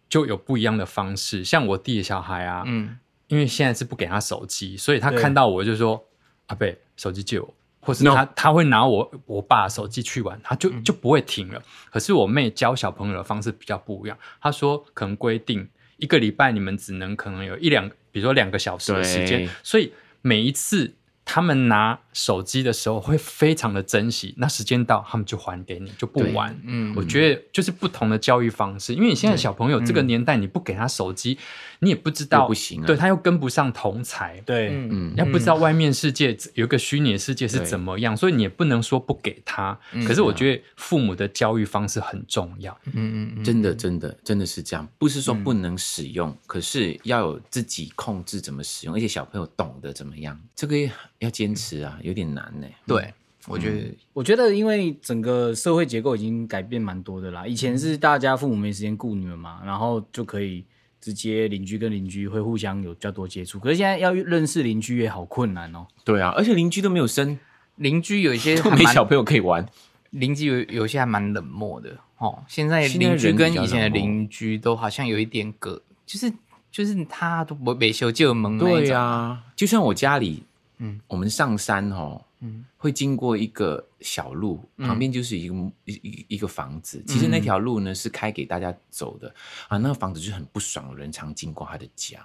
Speaker 4: 就有不一样的方式。像我弟的小孩啊，
Speaker 1: 嗯，
Speaker 4: 因为现在是不给他手机，所以他
Speaker 3: 对
Speaker 4: 看到我就说：“阿贝，手机借我。”或是
Speaker 2: No 嗯
Speaker 4: 他他会拿我我爸的手机去玩，他就就不会停了。可是我妹教小朋友的方式比较不一样，她说可能规定一个礼拜你们只能可能有一两，比如说两个小时的时间
Speaker 2: 对，
Speaker 4: 所以每一次。他们拿手机的时候会非常的珍惜，那时间到他们就还给你，就不
Speaker 2: 对
Speaker 4: 玩。
Speaker 1: 嗯
Speaker 4: 我觉得就是不同的教育方式，因为你现在小朋友这个年代，你不给他手机，你也不知
Speaker 2: 嗯
Speaker 4: 道
Speaker 2: 又不行啊
Speaker 4: 对他又跟不上同才，
Speaker 3: 对，
Speaker 1: 嗯
Speaker 4: 要不知道外面世界有一个虚拟的世界是怎么样，所以你也不能说不给他。
Speaker 2: 嗯
Speaker 4: 可是我觉得父母的教育方式很重 要，
Speaker 1: 嗯嗯嗯，
Speaker 2: 真的，真的，真的是这样，不是说不能使用，可是要有自己控制怎么使用，而且小朋友懂得怎么样，这个要坚持啊，有点难呢、
Speaker 1: 对，我觉
Speaker 4: 嗯
Speaker 1: 得
Speaker 3: 我觉得因为整个社会结构已经改变蛮多的啦。以前是大家父母没时间顾你们嘛，然后就可以直接邻居跟邻居会互相有比较多接触。可是现在要认识邻居也好困难哦。
Speaker 2: 对啊，而且邻居都没有生，
Speaker 1: 邻居有一些
Speaker 2: 都
Speaker 1: 还
Speaker 2: 没
Speaker 1: 蛮
Speaker 2: 小朋友可以玩。
Speaker 1: 邻居有有些还蛮冷漠的哦。现在
Speaker 2: 现在
Speaker 1: 邻居
Speaker 2: 人
Speaker 1: 跟
Speaker 2: 比较
Speaker 1: 以前的
Speaker 2: 冷漠
Speaker 1: 邻居都好像有一点隔，就是就是他都不被修旧门那一种
Speaker 2: 对呀、就像我家里，
Speaker 1: 嗯
Speaker 2: 嗯，我们上山哦，
Speaker 1: 嗯
Speaker 2: 嗯，会经过一个小路，旁边就是一个一一一个房子。其实那条路呢是开给大家走的啊，那个房子就很不爽，有人常经过他的家，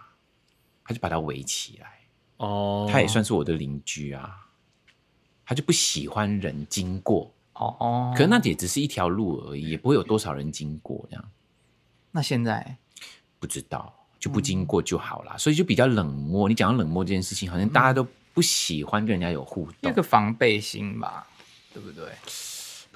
Speaker 2: 他就把它围起来。
Speaker 3: 哦，
Speaker 2: 他也算是我的邻居啊，他就不喜欢人经过。
Speaker 1: 哦哦。
Speaker 2: 可是那也只是一条路而已，也不会有多少人经过这样。
Speaker 1: 那现在
Speaker 2: 不知道，就
Speaker 1: 嗯
Speaker 2: 不经过就好啦。所以就比较冷漠。你讲到冷漠这件事情，好像大家都不喜欢跟人家有互
Speaker 1: 嗯那
Speaker 2: 动。
Speaker 1: 个防备心吧，对不对？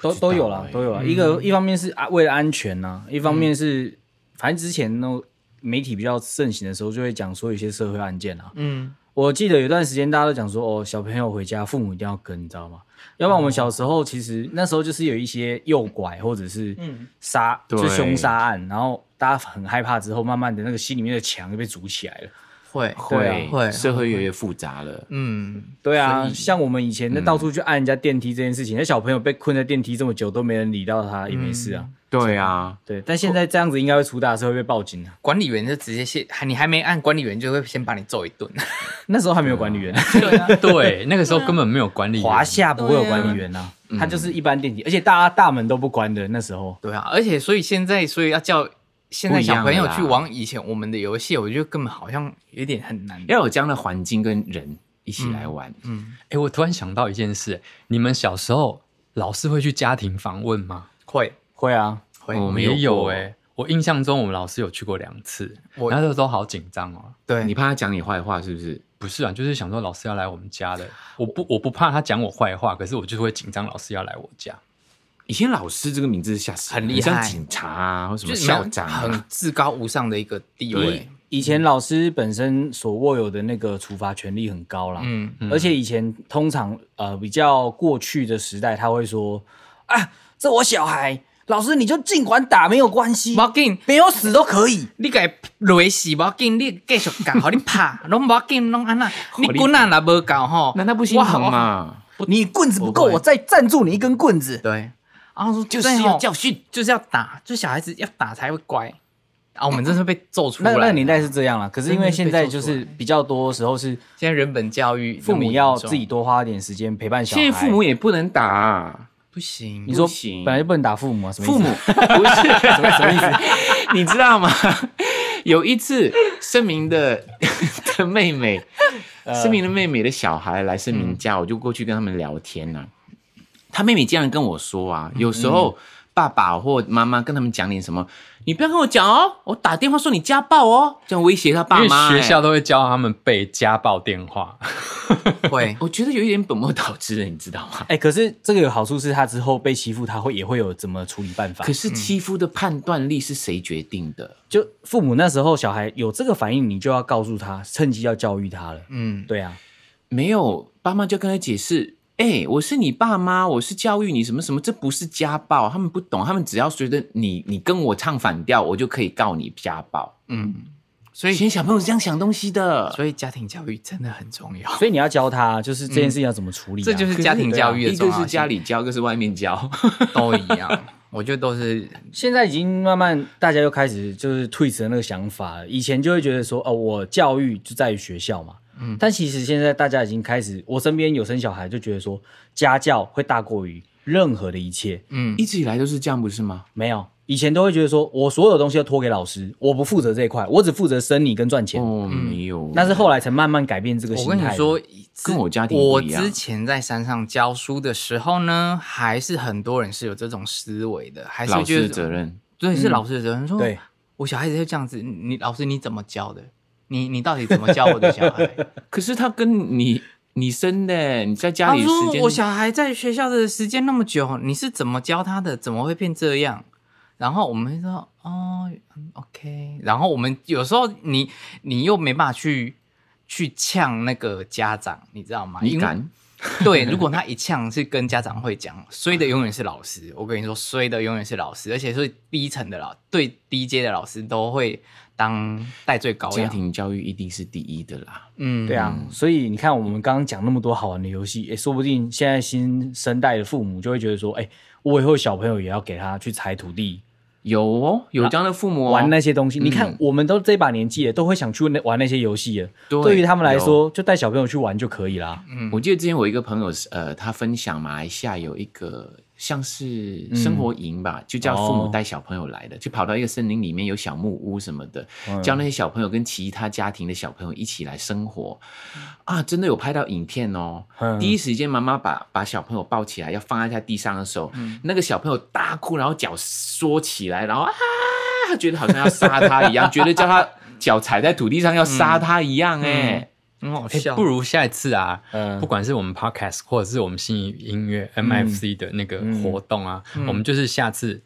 Speaker 3: 都都有啦
Speaker 2: 欸，
Speaker 3: 都有啦。一个一方面是啊为了安全呐、一方
Speaker 2: 嗯
Speaker 3: 面是、反正之前那种媒体比较盛行的时候，就会讲说有些社会案件啊。
Speaker 1: 嗯，
Speaker 3: 我记得有段时间大家都讲说，哦，小朋友回家父母一定要跟，你知道吗？要不然我们小时候其实那时候就是有一些诱拐或者是杀，
Speaker 2: 对
Speaker 3: 就是凶杀案，然后大家很害怕之后，慢慢的那个心里面的墙就被筑起来了。
Speaker 1: 会
Speaker 3: 对
Speaker 2: 会
Speaker 3: 啊
Speaker 1: 会
Speaker 2: 社会越来越复杂了。
Speaker 1: 嗯，
Speaker 3: 对啊，像我们以前那到处去按人家电梯这件事情，那、小朋友被困在电梯这么久都没人理到他，也没事啊。
Speaker 2: 对啊，
Speaker 3: 对，但现在这样子应该会出大事，会被报警 啊。
Speaker 1: 管理员就直接先，还你还没按，管理员就会先把你揍一顿。
Speaker 3: 那时候还没有管理员，
Speaker 4: 对，那个时候根本没有管理员
Speaker 3: 华夏不会有管理员呐、啊，他就是一般电梯，而且大家大门都不关的。那时候，
Speaker 1: 对啊，而且所以现在，所以要叫现在小朋友去
Speaker 2: 不一样
Speaker 1: 玩以前我们的游戏，我觉得根本好像有点很难。
Speaker 2: 要有这样的环境跟人一起来玩。
Speaker 1: 嗯，
Speaker 4: 哎、我突然想到一件事，你们小时候老师会去家庭访问吗？
Speaker 1: 会
Speaker 3: 会啊，
Speaker 1: 会，
Speaker 2: 我没有
Speaker 4: 也有
Speaker 2: 过
Speaker 4: 哎、我印象中我们老师有去过两次，
Speaker 1: 我
Speaker 4: 那时候都好紧张哦。
Speaker 1: 对
Speaker 2: 你怕他讲你坏话是不是？
Speaker 4: 不是啊，就是想说老师要来我们家的，我不我不怕他讲我坏话，可是我就是会紧张，老师要来我家。
Speaker 2: 以前老师这个名字吓死人，
Speaker 1: 很厉害
Speaker 2: 像警察啊，或什
Speaker 1: 就
Speaker 2: 么
Speaker 1: 是没有
Speaker 2: 校长啊、
Speaker 1: 很至高无上的一个地位
Speaker 2: 对。
Speaker 3: 以以前老师本身所握有的那个处罚权力很高啦，
Speaker 1: 嗯，
Speaker 3: 而且以前通常呃比较过去的时代，他会说啊，这我小孩，老师你就尽管打没有关系
Speaker 1: 不，要紧，
Speaker 3: 没有死都可以。
Speaker 1: 你给累死不要紧，你继续教，互你拍，拢不要紧，拢安那，你
Speaker 2: 你
Speaker 1: 滚啊若无教吼，
Speaker 2: 难道不心疼
Speaker 1: 我很？
Speaker 2: 吗？
Speaker 3: 你棍子不够，
Speaker 2: 我会
Speaker 3: 我再赞助你一根棍子。
Speaker 1: 对，然后说
Speaker 2: 就是
Speaker 1: 对
Speaker 2: 要
Speaker 1: 吼
Speaker 2: 教训。
Speaker 1: 就是要打，就小孩子要打才会乖啊！我们真是被揍出来
Speaker 3: 那
Speaker 1: 了。
Speaker 3: 那个年代是这样啦，可是因为现在就
Speaker 1: 真的是被做
Speaker 3: 是
Speaker 1: 出来
Speaker 3: 比较多时候是
Speaker 1: 现在人本教育那
Speaker 3: 父
Speaker 1: 么
Speaker 3: 母
Speaker 1: 严
Speaker 3: 要
Speaker 1: 重
Speaker 3: 自己多花一点时间陪伴小孩。
Speaker 2: 现在父母也不能打啊、
Speaker 1: 不行
Speaker 3: 你，说
Speaker 2: 不行
Speaker 3: 本来就不能打父母啊，什么意思
Speaker 2: 父母不是什么什么意思？ 你知道吗？有一次，盛明的 的妹妹，
Speaker 4: 呃
Speaker 2: 盛明的妹妹的小孩来盛明
Speaker 4: 嗯
Speaker 2: 家，我就过去跟他们聊天呐、他妹妹竟然跟我说啊，
Speaker 4: 嗯
Speaker 2: 有时候爸爸或妈妈跟他们讲点什么，你不要跟我讲哦，我打电话说你家暴哦，这样威胁他爸
Speaker 4: 因为
Speaker 2: 妈、
Speaker 4: 学校
Speaker 2: 哎，
Speaker 4: 都会教他们背家暴电话，哎
Speaker 1: 会
Speaker 2: 我觉得有一点本末倒置了，你知道吗？
Speaker 4: 嗯
Speaker 3: 哎、可是这个有好处是，他之后被欺负，他会也会有怎么处理办法
Speaker 2: 可。是欺负的判断力是谁决定的？
Speaker 3: 就父母那时候小孩有这个反应，你就要告诉他，趁机要教育他了。
Speaker 1: 嗯，
Speaker 3: 对啊，
Speaker 2: 没有，爸妈就跟他解释：“哎、我是你爸妈，我是教育你什么什么，这不是家暴。”他们不懂，他们只要觉得你你跟我唱反调，我就可以告你家暴。
Speaker 1: 嗯，
Speaker 2: 所以现在小朋友是这样想东西的，
Speaker 1: 所以家庭教育真的很重要。
Speaker 3: 所以你要教他，就是这件事情要怎么处理啊、
Speaker 1: 嗯这就是
Speaker 2: 可
Speaker 1: 家庭教育的
Speaker 2: 一
Speaker 1: 重
Speaker 2: 个是
Speaker 1: 要性
Speaker 2: 家里教，一个是外面 教。
Speaker 1: 都一样， 我觉得都是
Speaker 3: 现在已经慢慢大家又开始就是退迟的那个想法了，以前就会觉得说，哦，我教育就在于学校嘛。嗯，但其实现在大家已经开始，我身边有生小孩就觉得说，家教会大过于任何的一切。
Speaker 1: 嗯
Speaker 2: 一直以来都是这样，不是吗？
Speaker 3: 没有，以前都会觉得说我所有东西都托给老师，我不负责这一块，我只负责生你跟赚钱。
Speaker 2: 哦，
Speaker 1: 嗯
Speaker 2: 没有，
Speaker 3: 但是后来才慢慢改变这个心
Speaker 1: 我
Speaker 3: 态
Speaker 1: 跟
Speaker 3: 的。
Speaker 1: 你说，之
Speaker 2: 跟我家庭
Speaker 1: 我
Speaker 2: 不一样
Speaker 1: 之前在山上教书的时候呢，还是很多人是有这种思维的，还是
Speaker 2: 老
Speaker 1: 觉
Speaker 2: 师
Speaker 1: 得
Speaker 2: 的责任。
Speaker 1: 对，是
Speaker 3: 嗯
Speaker 1: 老师的责任。说
Speaker 3: 对，
Speaker 1: 我小孩子就这样子，你你老师你怎么教的？你你到底怎么教我的小孩？
Speaker 2: 可是他跟你你生的，你在家
Speaker 1: 他
Speaker 2: 里时
Speaker 1: 说
Speaker 2: 间，
Speaker 1: 我小孩在学校的时间那么久，你是怎么教他的？怎么会变这样？然后我们会说哦嗯，OK。然后我们有时候你你又没办法去去呛那个家长，你知道吗？
Speaker 2: 你
Speaker 1: 因为
Speaker 2: 敢？
Speaker 1: 对，如果他一呛是跟家长会讲，衰的永远是老师。我跟你说，衰的永远是老师，而且是低层的老，对低阶的老师都会当戴罪羔
Speaker 2: 家
Speaker 1: 羊。
Speaker 2: 庭教育一定是第一的啦。
Speaker 1: 嗯，
Speaker 3: 对啊，所以你看，我们刚刚讲那么多好玩的游戏，诶，说不定现在新生代的父母就会觉得说，诶，我以后小朋友也要给他去踩土地、
Speaker 2: 有哦，
Speaker 1: 啊
Speaker 2: 有这样的父母、哦、
Speaker 3: 玩那些东西。你看
Speaker 2: 嗯，
Speaker 3: 我们都这把年纪了，都会想去那玩那些游戏了。
Speaker 1: 啊
Speaker 2: 对
Speaker 3: 于他们来说，就带小朋友去玩就可以啦。
Speaker 1: 嗯
Speaker 2: 我记得之前我一个朋友是呃，他分享马来西亚有一个像是生活营吧，就叫父母带小朋友来的，就跑到一个森林里面有小木屋什么的，教那些小朋友跟其他家庭的小朋友一起来生活啊，真的有拍到影片哦。
Speaker 3: 嗯
Speaker 2: 第一时间妈妈把把小朋友抱起来要放在他地上的时候，那个小朋友大哭，然后脚缩起来，然后啊，他觉得好像要杀他一样，觉得叫他脚踩在土地上要杀他一样、哎、
Speaker 1: 很好
Speaker 4: 哎
Speaker 1: 笑。
Speaker 4: 不如下一次啊，
Speaker 3: 嗯
Speaker 4: 不管是我们 podcast 或者是我们新仪音乐 MFC 的那个活动啊，我们就是下次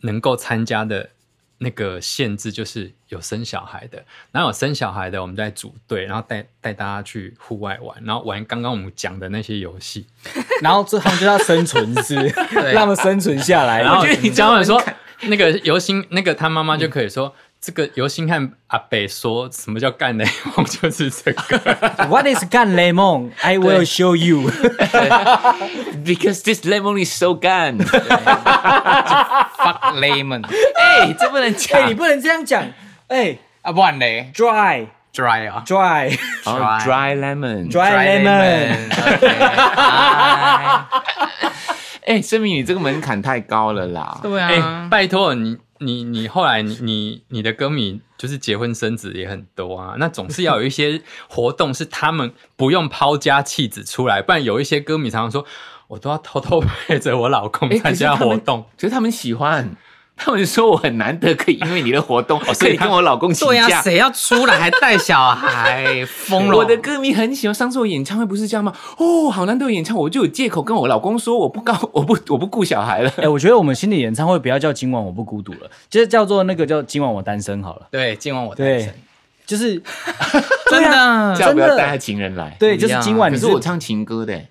Speaker 4: 能够参加的那个限制就是有生小孩的，然后有生小孩的，我们再组队，然后带带大家去户外玩，然后玩刚刚我们讲的那些游戏，
Speaker 3: 然后这他们就要生存，是不是
Speaker 1: 对
Speaker 3: 让他们生存下来。
Speaker 4: 然后
Speaker 3: 哎我觉得
Speaker 4: 你讲完说那个游星，那个他妈妈就可以说。这个游星和阿北说什么叫干雷梦， 就是这个。
Speaker 3: What is 干雷梦 ？I will show you。
Speaker 2: b e c a u s e this lemon is so Oh, 干。
Speaker 1: fuck lemon
Speaker 2: 哎、这不能
Speaker 3: 哎、
Speaker 2: 讲
Speaker 3: 你。不能这样讲。哎、
Speaker 1: 啊，不然嘞
Speaker 3: d r y
Speaker 1: ，dry 啊
Speaker 3: dry
Speaker 2: 哦 dry lemon。
Speaker 1: 哎
Speaker 3: dry lemon。
Speaker 1: lemon，OK，
Speaker 2: 哎、声明你这个门槛太高了啦。
Speaker 1: 对
Speaker 4: 哎、
Speaker 1: 啊，
Speaker 4: 拜托你，你你后来你你你的歌迷就是结婚生子也很多啊，那总是要有一些活动是他们不用抛家弃子出来，不然有一些歌迷常常说，我都要偷偷 陪着我老公
Speaker 2: 哎
Speaker 4: 参加活动。，
Speaker 2: 可是他们可是他们喜欢，他们说我很难得可以因为你的活动，可
Speaker 4: 所以
Speaker 2: 以
Speaker 4: 他
Speaker 2: 跟我老公请
Speaker 1: 对呀，
Speaker 2: 假。
Speaker 1: 谁要出来还带小孩，疯了！
Speaker 2: 我的歌迷很喜欢，上次我演唱会不是这样吗？哦，好难得有演唱会，我就有借口跟我老公说我不告， 我不我不顾小孩了。
Speaker 3: 哎、我觉得我们新的演唱会不要叫“今晚我不孤独”了，就是叫做那个叫“今晚我单身”好了。
Speaker 1: 对，今晚我单啊
Speaker 3: 对
Speaker 1: 身，
Speaker 3: 就是
Speaker 1: 真的
Speaker 2: 这样不要
Speaker 3: 真的
Speaker 2: 带他情人来。
Speaker 3: 对，
Speaker 1: 一
Speaker 3: 就是
Speaker 1: 样啊
Speaker 3: 今晚
Speaker 2: 可
Speaker 3: 你
Speaker 2: 是我唱情歌的欸，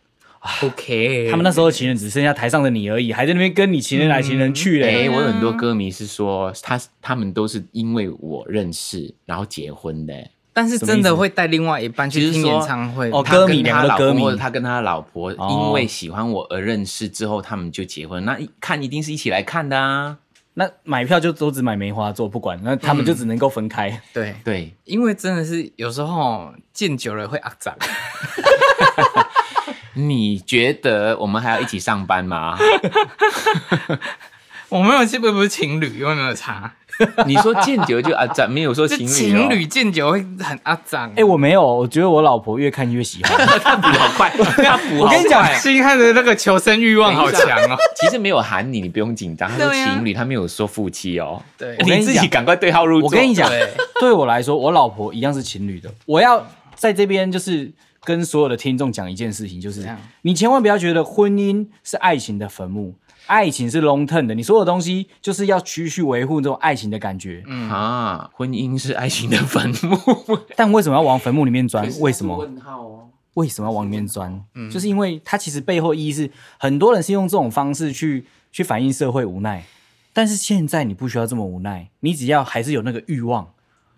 Speaker 1: OK，
Speaker 3: 他们那时候情人只剩下台上的你而已，还在那边跟你情人
Speaker 1: 嗯
Speaker 3: 来情人去嘞。
Speaker 2: 哎，我有很多歌迷是说他他们都是因为我认识然后结婚的欸。
Speaker 1: 但是真的会带另外一半
Speaker 2: 什
Speaker 1: 去
Speaker 2: 么意思
Speaker 1: 听演唱会
Speaker 3: 其实说哦
Speaker 2: 他跟
Speaker 3: 歌迷
Speaker 2: 他
Speaker 3: 两个
Speaker 2: 老
Speaker 3: 歌
Speaker 2: 公
Speaker 3: 迷
Speaker 2: 或者他跟他老婆
Speaker 3: 哦
Speaker 2: 因为喜欢我而认识之后，他们就结婚。那一看一定是一起来看的啊。
Speaker 3: 那买票就都只买梅花座，不管，那他们
Speaker 1: 嗯
Speaker 3: 就只能够分开。
Speaker 1: 对，
Speaker 2: 对，
Speaker 1: 因为真的是有时候见久了会肮脏，
Speaker 2: 你觉得我们还要一起上班 吗？
Speaker 1: 我们有是不是不是情侣，有没有差？
Speaker 2: 你说见久就啊，咱没有说
Speaker 1: 就
Speaker 2: 情侣、哦，
Speaker 1: 情侣见久会很肮脏。
Speaker 3: 哎、我没有，我觉得我老婆越看越喜欢。
Speaker 2: 好快，他补好
Speaker 3: 我跟你讲
Speaker 2: 快
Speaker 1: 星汉的那个求生欲 望好强哦。
Speaker 2: 其实没有喊你，你不用紧张。他说
Speaker 1: 对啊
Speaker 2: 情侣，他没有说夫妻哦。
Speaker 1: 对
Speaker 3: 我跟
Speaker 2: 你
Speaker 3: 你
Speaker 2: 自
Speaker 3: 讲
Speaker 2: 己赶快对号入座。
Speaker 3: 我跟你讲
Speaker 1: 对，
Speaker 3: 对我来说，我老婆一样是情侣的。我要在这边就是跟所有的听众讲一件事情，就是
Speaker 1: 怎样
Speaker 3: 你千万不要觉得婚姻是爱情的坟墓，爱情是 long term 的，你所有东西就是要持续维护这种爱情的感觉。
Speaker 2: 啊，婚姻是爱情的坟 墓。
Speaker 3: 但为什么要往坟墓里面钻？为什么？
Speaker 2: 号哦。
Speaker 3: 为什么要往里面钻？
Speaker 2: 嗯
Speaker 3: 就是因为它其实背后意义是，很多人是用这种方式去去反映社会无奈，但是现在你不需要这么无奈，你只要还是有那个欲望，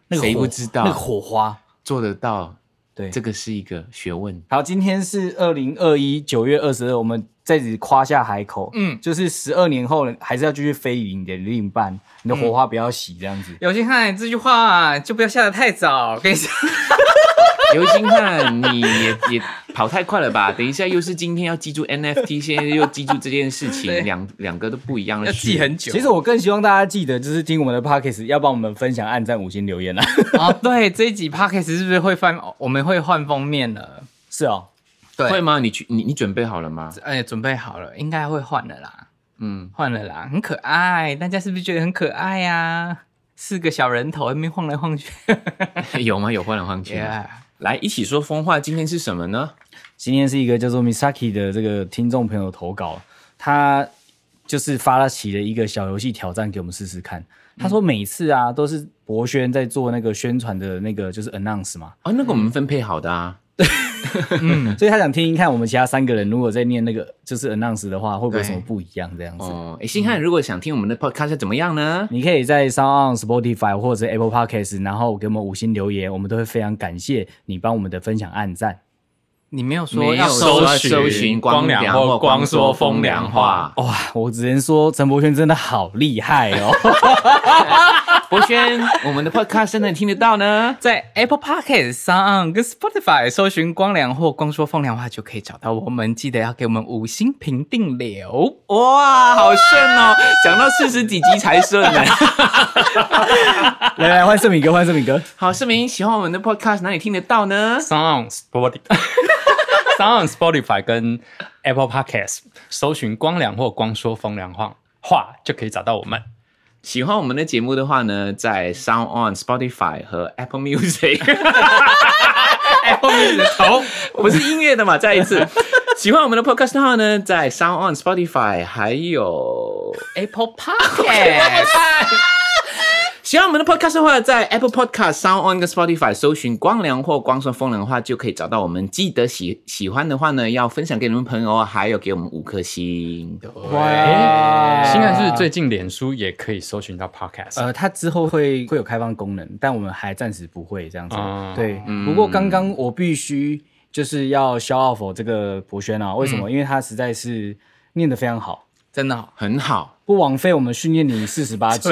Speaker 3: 那个
Speaker 2: 谁
Speaker 3: 火
Speaker 2: 不知道
Speaker 3: 那个火花？
Speaker 2: 做得到，
Speaker 3: 对，
Speaker 2: 这个是一个学问。
Speaker 3: 好，今天是二零二一九月二十二，我们在此夸下海口，
Speaker 1: 嗯
Speaker 3: 嗯，就是十二年后还是要继续非礼你的另一半，你的火花不要熄，这样子。
Speaker 1: 有星汉这句话就不要下得太早，跟你讲，
Speaker 2: 刘星汉，你也也跑太快了吧？等一下又是今天要记住 NFT，现在又记住这件事
Speaker 1: 对
Speaker 2: 情，两两个都不一样
Speaker 1: 要
Speaker 2: 的事。
Speaker 1: 记很久。
Speaker 3: 其实我更希望大家记得，就是听我们的 podcast，要帮我们分享、按赞、五星留言啊。
Speaker 1: 啊，对这一集 podcast 是不是会换？我们会换封面了。
Speaker 3: 是哦，
Speaker 1: 对
Speaker 2: 会吗？你去你你准备好了吗？
Speaker 1: 哎，准备好了，应该会换了啦，
Speaker 2: 嗯，
Speaker 1: 换了啦，很可爱，大家是不是觉得很可爱呀、啊？四个小人头在那边晃来晃去
Speaker 2: 有吗？有换来换去吗。
Speaker 1: ，Yeah，
Speaker 2: 来一起说风话，今天是什么呢？
Speaker 3: 今天是一个叫做 Misaki 的这个听众朋友投稿，他就是发了起了一个小游戏挑战给我们试试看。他说每次啊都是博轩在做那个宣传的那个就是 announce 嘛，
Speaker 2: 哦，那个我们分配好的啊。
Speaker 3: 所以他想听听看我们其他三个人如果在念那个就是 announce 的话，会不会
Speaker 1: 对
Speaker 3: 有什么不一样这样子？
Speaker 2: 哦，哎，星汉，如果想听我们的 podcast 怎么样呢？
Speaker 3: 你可以在 Sound、Spotify 或者是 Apple Podcast，然后给我们五星留言，我们都会非常感谢你帮我们的分享、按赞。
Speaker 1: 你没有说
Speaker 2: 没
Speaker 1: 要
Speaker 2: 有
Speaker 1: 收
Speaker 2: 搜寻
Speaker 4: 搜光
Speaker 2: 良
Speaker 4: 良
Speaker 2: 或
Speaker 4: 或光说风凉话。
Speaker 3: 哇，我只能说陈柏轩真的好厉害哦！
Speaker 2: 博轩，我们的 podcast 真的听得到呢？
Speaker 1: 在 Apple Podcast 上跟 Spotify 搜寻“光良”或“光说风凉话”就可以找到我们。记得要给我们五星评定流。
Speaker 2: 哦哇，好顺哦，讲到四十几集才顺啊呢。
Speaker 3: 来来，换盛敏哥，换盛敏哥。
Speaker 2: 好，市民喜欢我们的 podcast 哪里听得到呢？
Speaker 4: Sound Spotify。Sound Spotify 跟 Apple Podcast 搜寻“光良”或“光说风凉话”话就可以找到我们。
Speaker 2: 喜欢我们的节目的话呢，在 Sound On、Spotify 和 Apple Music，
Speaker 1: Apple Music 头，
Speaker 2: 不是音乐的嘛？再一次，喜欢我们的 podcast 的话呢，在 Sound On、Spotify 还有
Speaker 1: Apple Podcast
Speaker 2: 喜欢我们的 podcast 的话，在 Apple Podcast、Sound On 跟 Spotify 搜寻“光良”或“光说风凉话”就可以找到我们。记得喜喜欢的话呢，要分享给你们朋友哦，还有给我们五颗星。
Speaker 3: 哇
Speaker 4: 新汉是不是最近脸书也可以搜寻到 Podcast？、
Speaker 3: 呃，它之后会会有开放功能，但我们还暂时不会这样子。
Speaker 4: 哦
Speaker 3: 对，不过刚刚我必须就是要 shout out for 这个博轩啊，为什么？因为他实在是念得非常好，
Speaker 1: 真的好
Speaker 2: 很好，
Speaker 3: 不枉费我们训练你四十八集，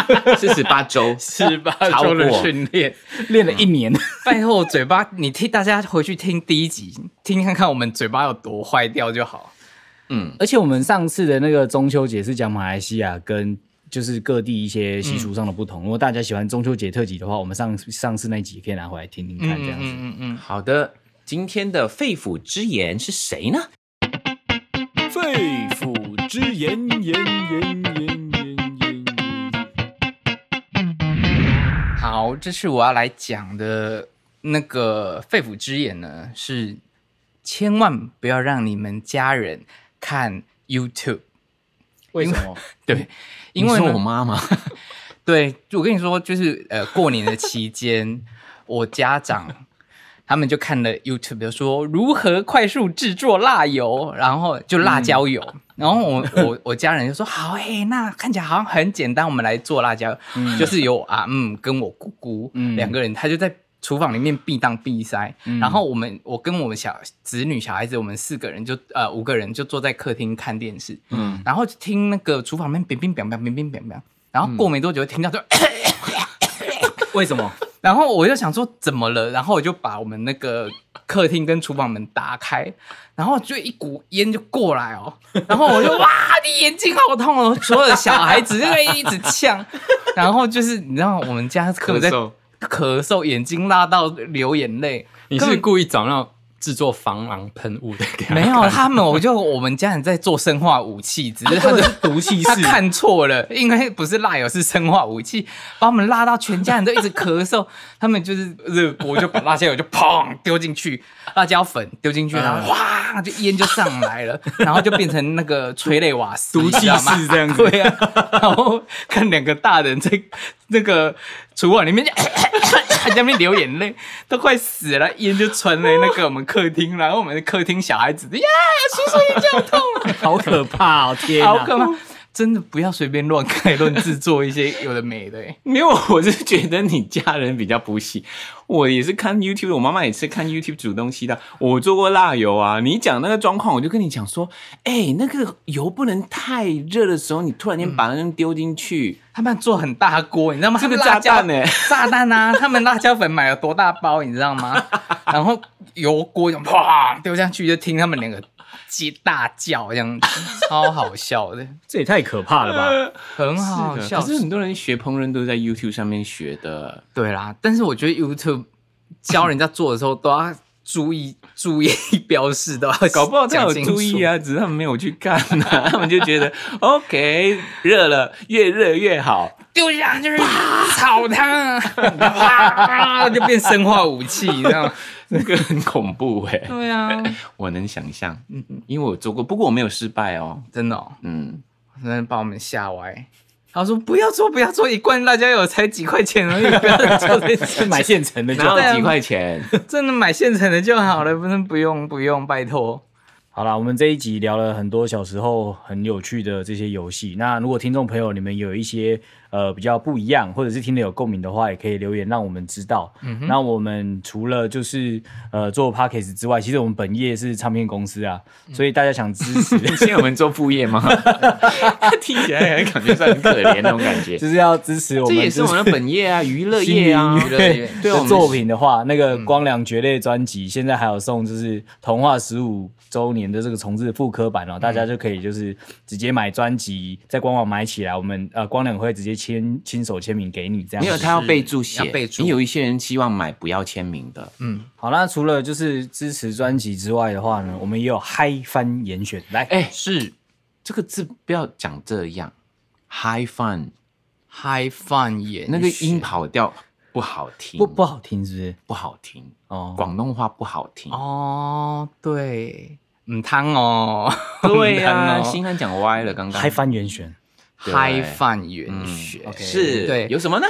Speaker 2: 四十八周，
Speaker 1: 是吧？
Speaker 2: 超过
Speaker 1: 周的训练，
Speaker 3: 练了一年。
Speaker 1: 拜托我嘴巴，你听大家回去听第一集，听看看我们嘴巴有多坏掉就好。
Speaker 3: 而且我们上次的那个中秋节是讲马来西亚跟。就是各地一些习俗上的不同，如果大家喜欢中秋节特辑的话，我们上上次那一集也可以拿回来听听看，这样子。
Speaker 1: 嗯嗯
Speaker 2: 好的，今天的肺腑之言是谁呢？
Speaker 5: 肺腑之言，言言言言言言。
Speaker 1: 嗯，好，这是我要来讲的那个肺腑之言呢，是千万不要让你们家人看 YouTube。
Speaker 3: 为什 么？
Speaker 1: 对，因为
Speaker 2: 你
Speaker 1: 呢
Speaker 2: 说我妈妈，
Speaker 1: 对，我跟你说，就是呃，过年的期间，我家长他们就看了 YouTube，就说如何快速制作辣油，然后就辣椒油。然后我我我家人就说好诶、那看起来好像很简单，我们来做辣椒油。就是有啊嗯跟我姑姑、两个人，他就在厨房里面避当避塞。然后我们我跟我们小子女小孩子，我们四个人就呃五个人就坐在客厅看电视，嗯，然后就听那个厨房里面乒乒乓乓乒乒乓乓，然后过没多久就听到就。
Speaker 3: 为什么？
Speaker 1: 然后我就想说怎么了，然后我就把我们那个客厅跟厨房门打开，然后就一股烟就过来哦，然后我就哇，你眼睛好痛哦！所有的小孩子就在一直呛，然后就是你知道我们家客人在
Speaker 4: 咳嗽
Speaker 1: 咳嗽，眼睛辣到流眼泪。
Speaker 4: 你
Speaker 1: 根
Speaker 4: 是
Speaker 1: 本
Speaker 4: 故意找那种制作防狼喷雾的给他？
Speaker 1: 没有他们，我就我们家人在做生化武器，只啊是他们是毒气室，他看错了，应该不是辣油，是生化武器，把我们辣到全家人都一直咳嗽。 他们就是热锅就把辣椒油就砰丢进去，辣椒粉丢进去，然后哗就烟就上来了，然后就变成那个催泪瓦斯，毒气室这样子。对啊，然后看两个大人在 那个厨房里面就 在那边流眼泪，都快死了，烟就传来那个我们客厅，然后我们的客厅小孩子呀，叔叔眼睛好痛啊，
Speaker 3: 好可怕哦！天
Speaker 1: 好
Speaker 3: 哪！
Speaker 1: 可怕！真的不要随便乱开乱制作一些有的没的、欸，
Speaker 2: 没有，我是觉得你家人比较不细。我也是看 YouTube，我妈妈也是看 YouTube 煮东西的。我做过辣油啊，你讲那个状况，我就跟你讲说，哎、那个油不能太热的时候，你突然间把那个丢进去，
Speaker 1: 他们做很大锅，你知道吗？
Speaker 2: 这个
Speaker 1: 他们辣椒
Speaker 2: 炸弹欸
Speaker 1: 炸弹啊！ 他们辣椒粉买了多大包，你知 道吗？然后油锅就啪丢下去，就听他们两个鸡大叫，这样子超好 笑的，
Speaker 3: 这也太可怕了 吧！
Speaker 1: 很好
Speaker 2: 是
Speaker 1: 笑
Speaker 2: 的。可是很多人学烹饪都是在 YouTube 上面学的。
Speaker 1: 对啦，但是我觉得 YouTube 教人家做的时候都要注意 注意标示，都要
Speaker 2: 搞不好他有
Speaker 1: 讲清楚
Speaker 2: 注意。啊，只是他们没有去看啊，他们就觉得 OK，热了越热越好。
Speaker 1: 丢下就是啊炒 它，啪就变生化武器，你知 道吗？
Speaker 2: 那个很恐怖哎、
Speaker 1: 对啊，
Speaker 2: 我能想象，因为我做过，不过我没有失败哦。
Speaker 1: 真的、哦，
Speaker 2: 嗯，
Speaker 1: 真的把我们吓歪。他说：“不要做，不要做，一罐辣椒油才几块钱而已，不要做这些
Speaker 3: 买现成 的就好
Speaker 2: 哪有几块 钱？
Speaker 1: 真的买现成的就好了，不能不用不用，拜托。
Speaker 3: 好啦，我们这一集聊了很多小时候很有趣的这些游戏。那如果听众朋友你们有一些呃比较不一样，或者是听得有共鸣的话，也可以留言让我们知道。
Speaker 2: 嗯
Speaker 3: 那我们除了就是呃做 p a c k a g e 之外，其实我们本业是唱片公司啊，
Speaker 2: 嗯
Speaker 3: 所以大家想支 持，
Speaker 2: 现在我们做副业 吗？听起来感觉上很可怜那种感觉。
Speaker 3: 就是要支持我
Speaker 2: 这
Speaker 3: 们，
Speaker 2: 也是我们的本业啊，娱乐业 啊，
Speaker 1: 娱乐业
Speaker 2: 对
Speaker 3: 对
Speaker 2: 我们嗯
Speaker 3: 作品的话，那个《光良绝类》专辑现在还有送，就是童话十五周年的这个重置复刻版哦，大
Speaker 2: 嗯
Speaker 3: 家就可以就是直接买专辑，在官网买起来，我们呃光良会直接签亲手签名给你这样
Speaker 2: 没有
Speaker 3: 子。
Speaker 2: 他要备注写，
Speaker 1: 要备注
Speaker 2: 你有一些人希望买不要签名的，
Speaker 1: 嗯
Speaker 3: 好，那除了就是支持专辑之外的话呢，我们也有嗨翻严选来，
Speaker 2: 哎
Speaker 1: 是
Speaker 2: 这个字不要讲这样，high fun
Speaker 1: High Fun 演
Speaker 2: 那个音跑调不好听，
Speaker 3: 不不好听是不是？
Speaker 2: 不好听，
Speaker 3: 哦，
Speaker 2: 广东话不好听。
Speaker 1: 哦，对，嗯，汤 哦，
Speaker 2: 对
Speaker 1: 很
Speaker 2: 啊，
Speaker 1: 难哦
Speaker 2: 新汉讲歪了，刚刚
Speaker 3: 嗨翻严选，
Speaker 2: 对
Speaker 1: 嗨饭圆学、
Speaker 3: OK
Speaker 2: 是
Speaker 1: 对
Speaker 2: 有什么呢？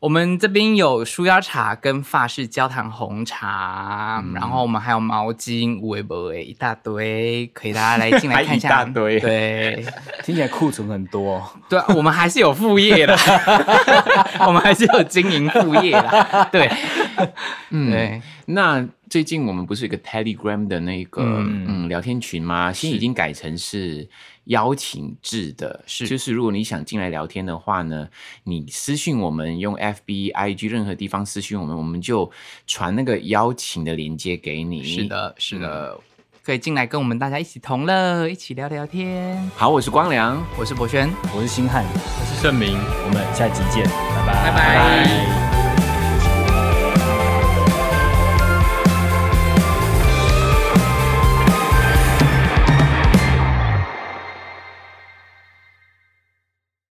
Speaker 1: 我们这边有舒压茶跟法式焦糖红茶，然后我们还有毛巾、五味博味一大堆，可以大家来进来看一 下。
Speaker 2: 还一大堆
Speaker 1: 对
Speaker 3: 听起来库存很多、哦。
Speaker 1: 对，我们还是有副业的，我们还是有经营副业的。对，
Speaker 2: 嗯
Speaker 1: 对，
Speaker 2: 那最近我们不是有一个 Telegram 的那个嗯
Speaker 3: 嗯
Speaker 2: 聊天群吗？现在已经改成是邀请制的，是就是如果你想进来聊天的话呢，你私信我们用 FB、IG 任何地方私信我们，我们就传那个邀请的链接给你。嗯
Speaker 1: 是，的，是的，可以进来跟我们大家一起同乐，一起聊聊天。
Speaker 2: 好，我是光良。
Speaker 1: 我是博轩，
Speaker 3: 我是星汉，
Speaker 4: 是证明。
Speaker 3: 我们下集见，拜
Speaker 1: 拜
Speaker 3: 拜
Speaker 1: 拜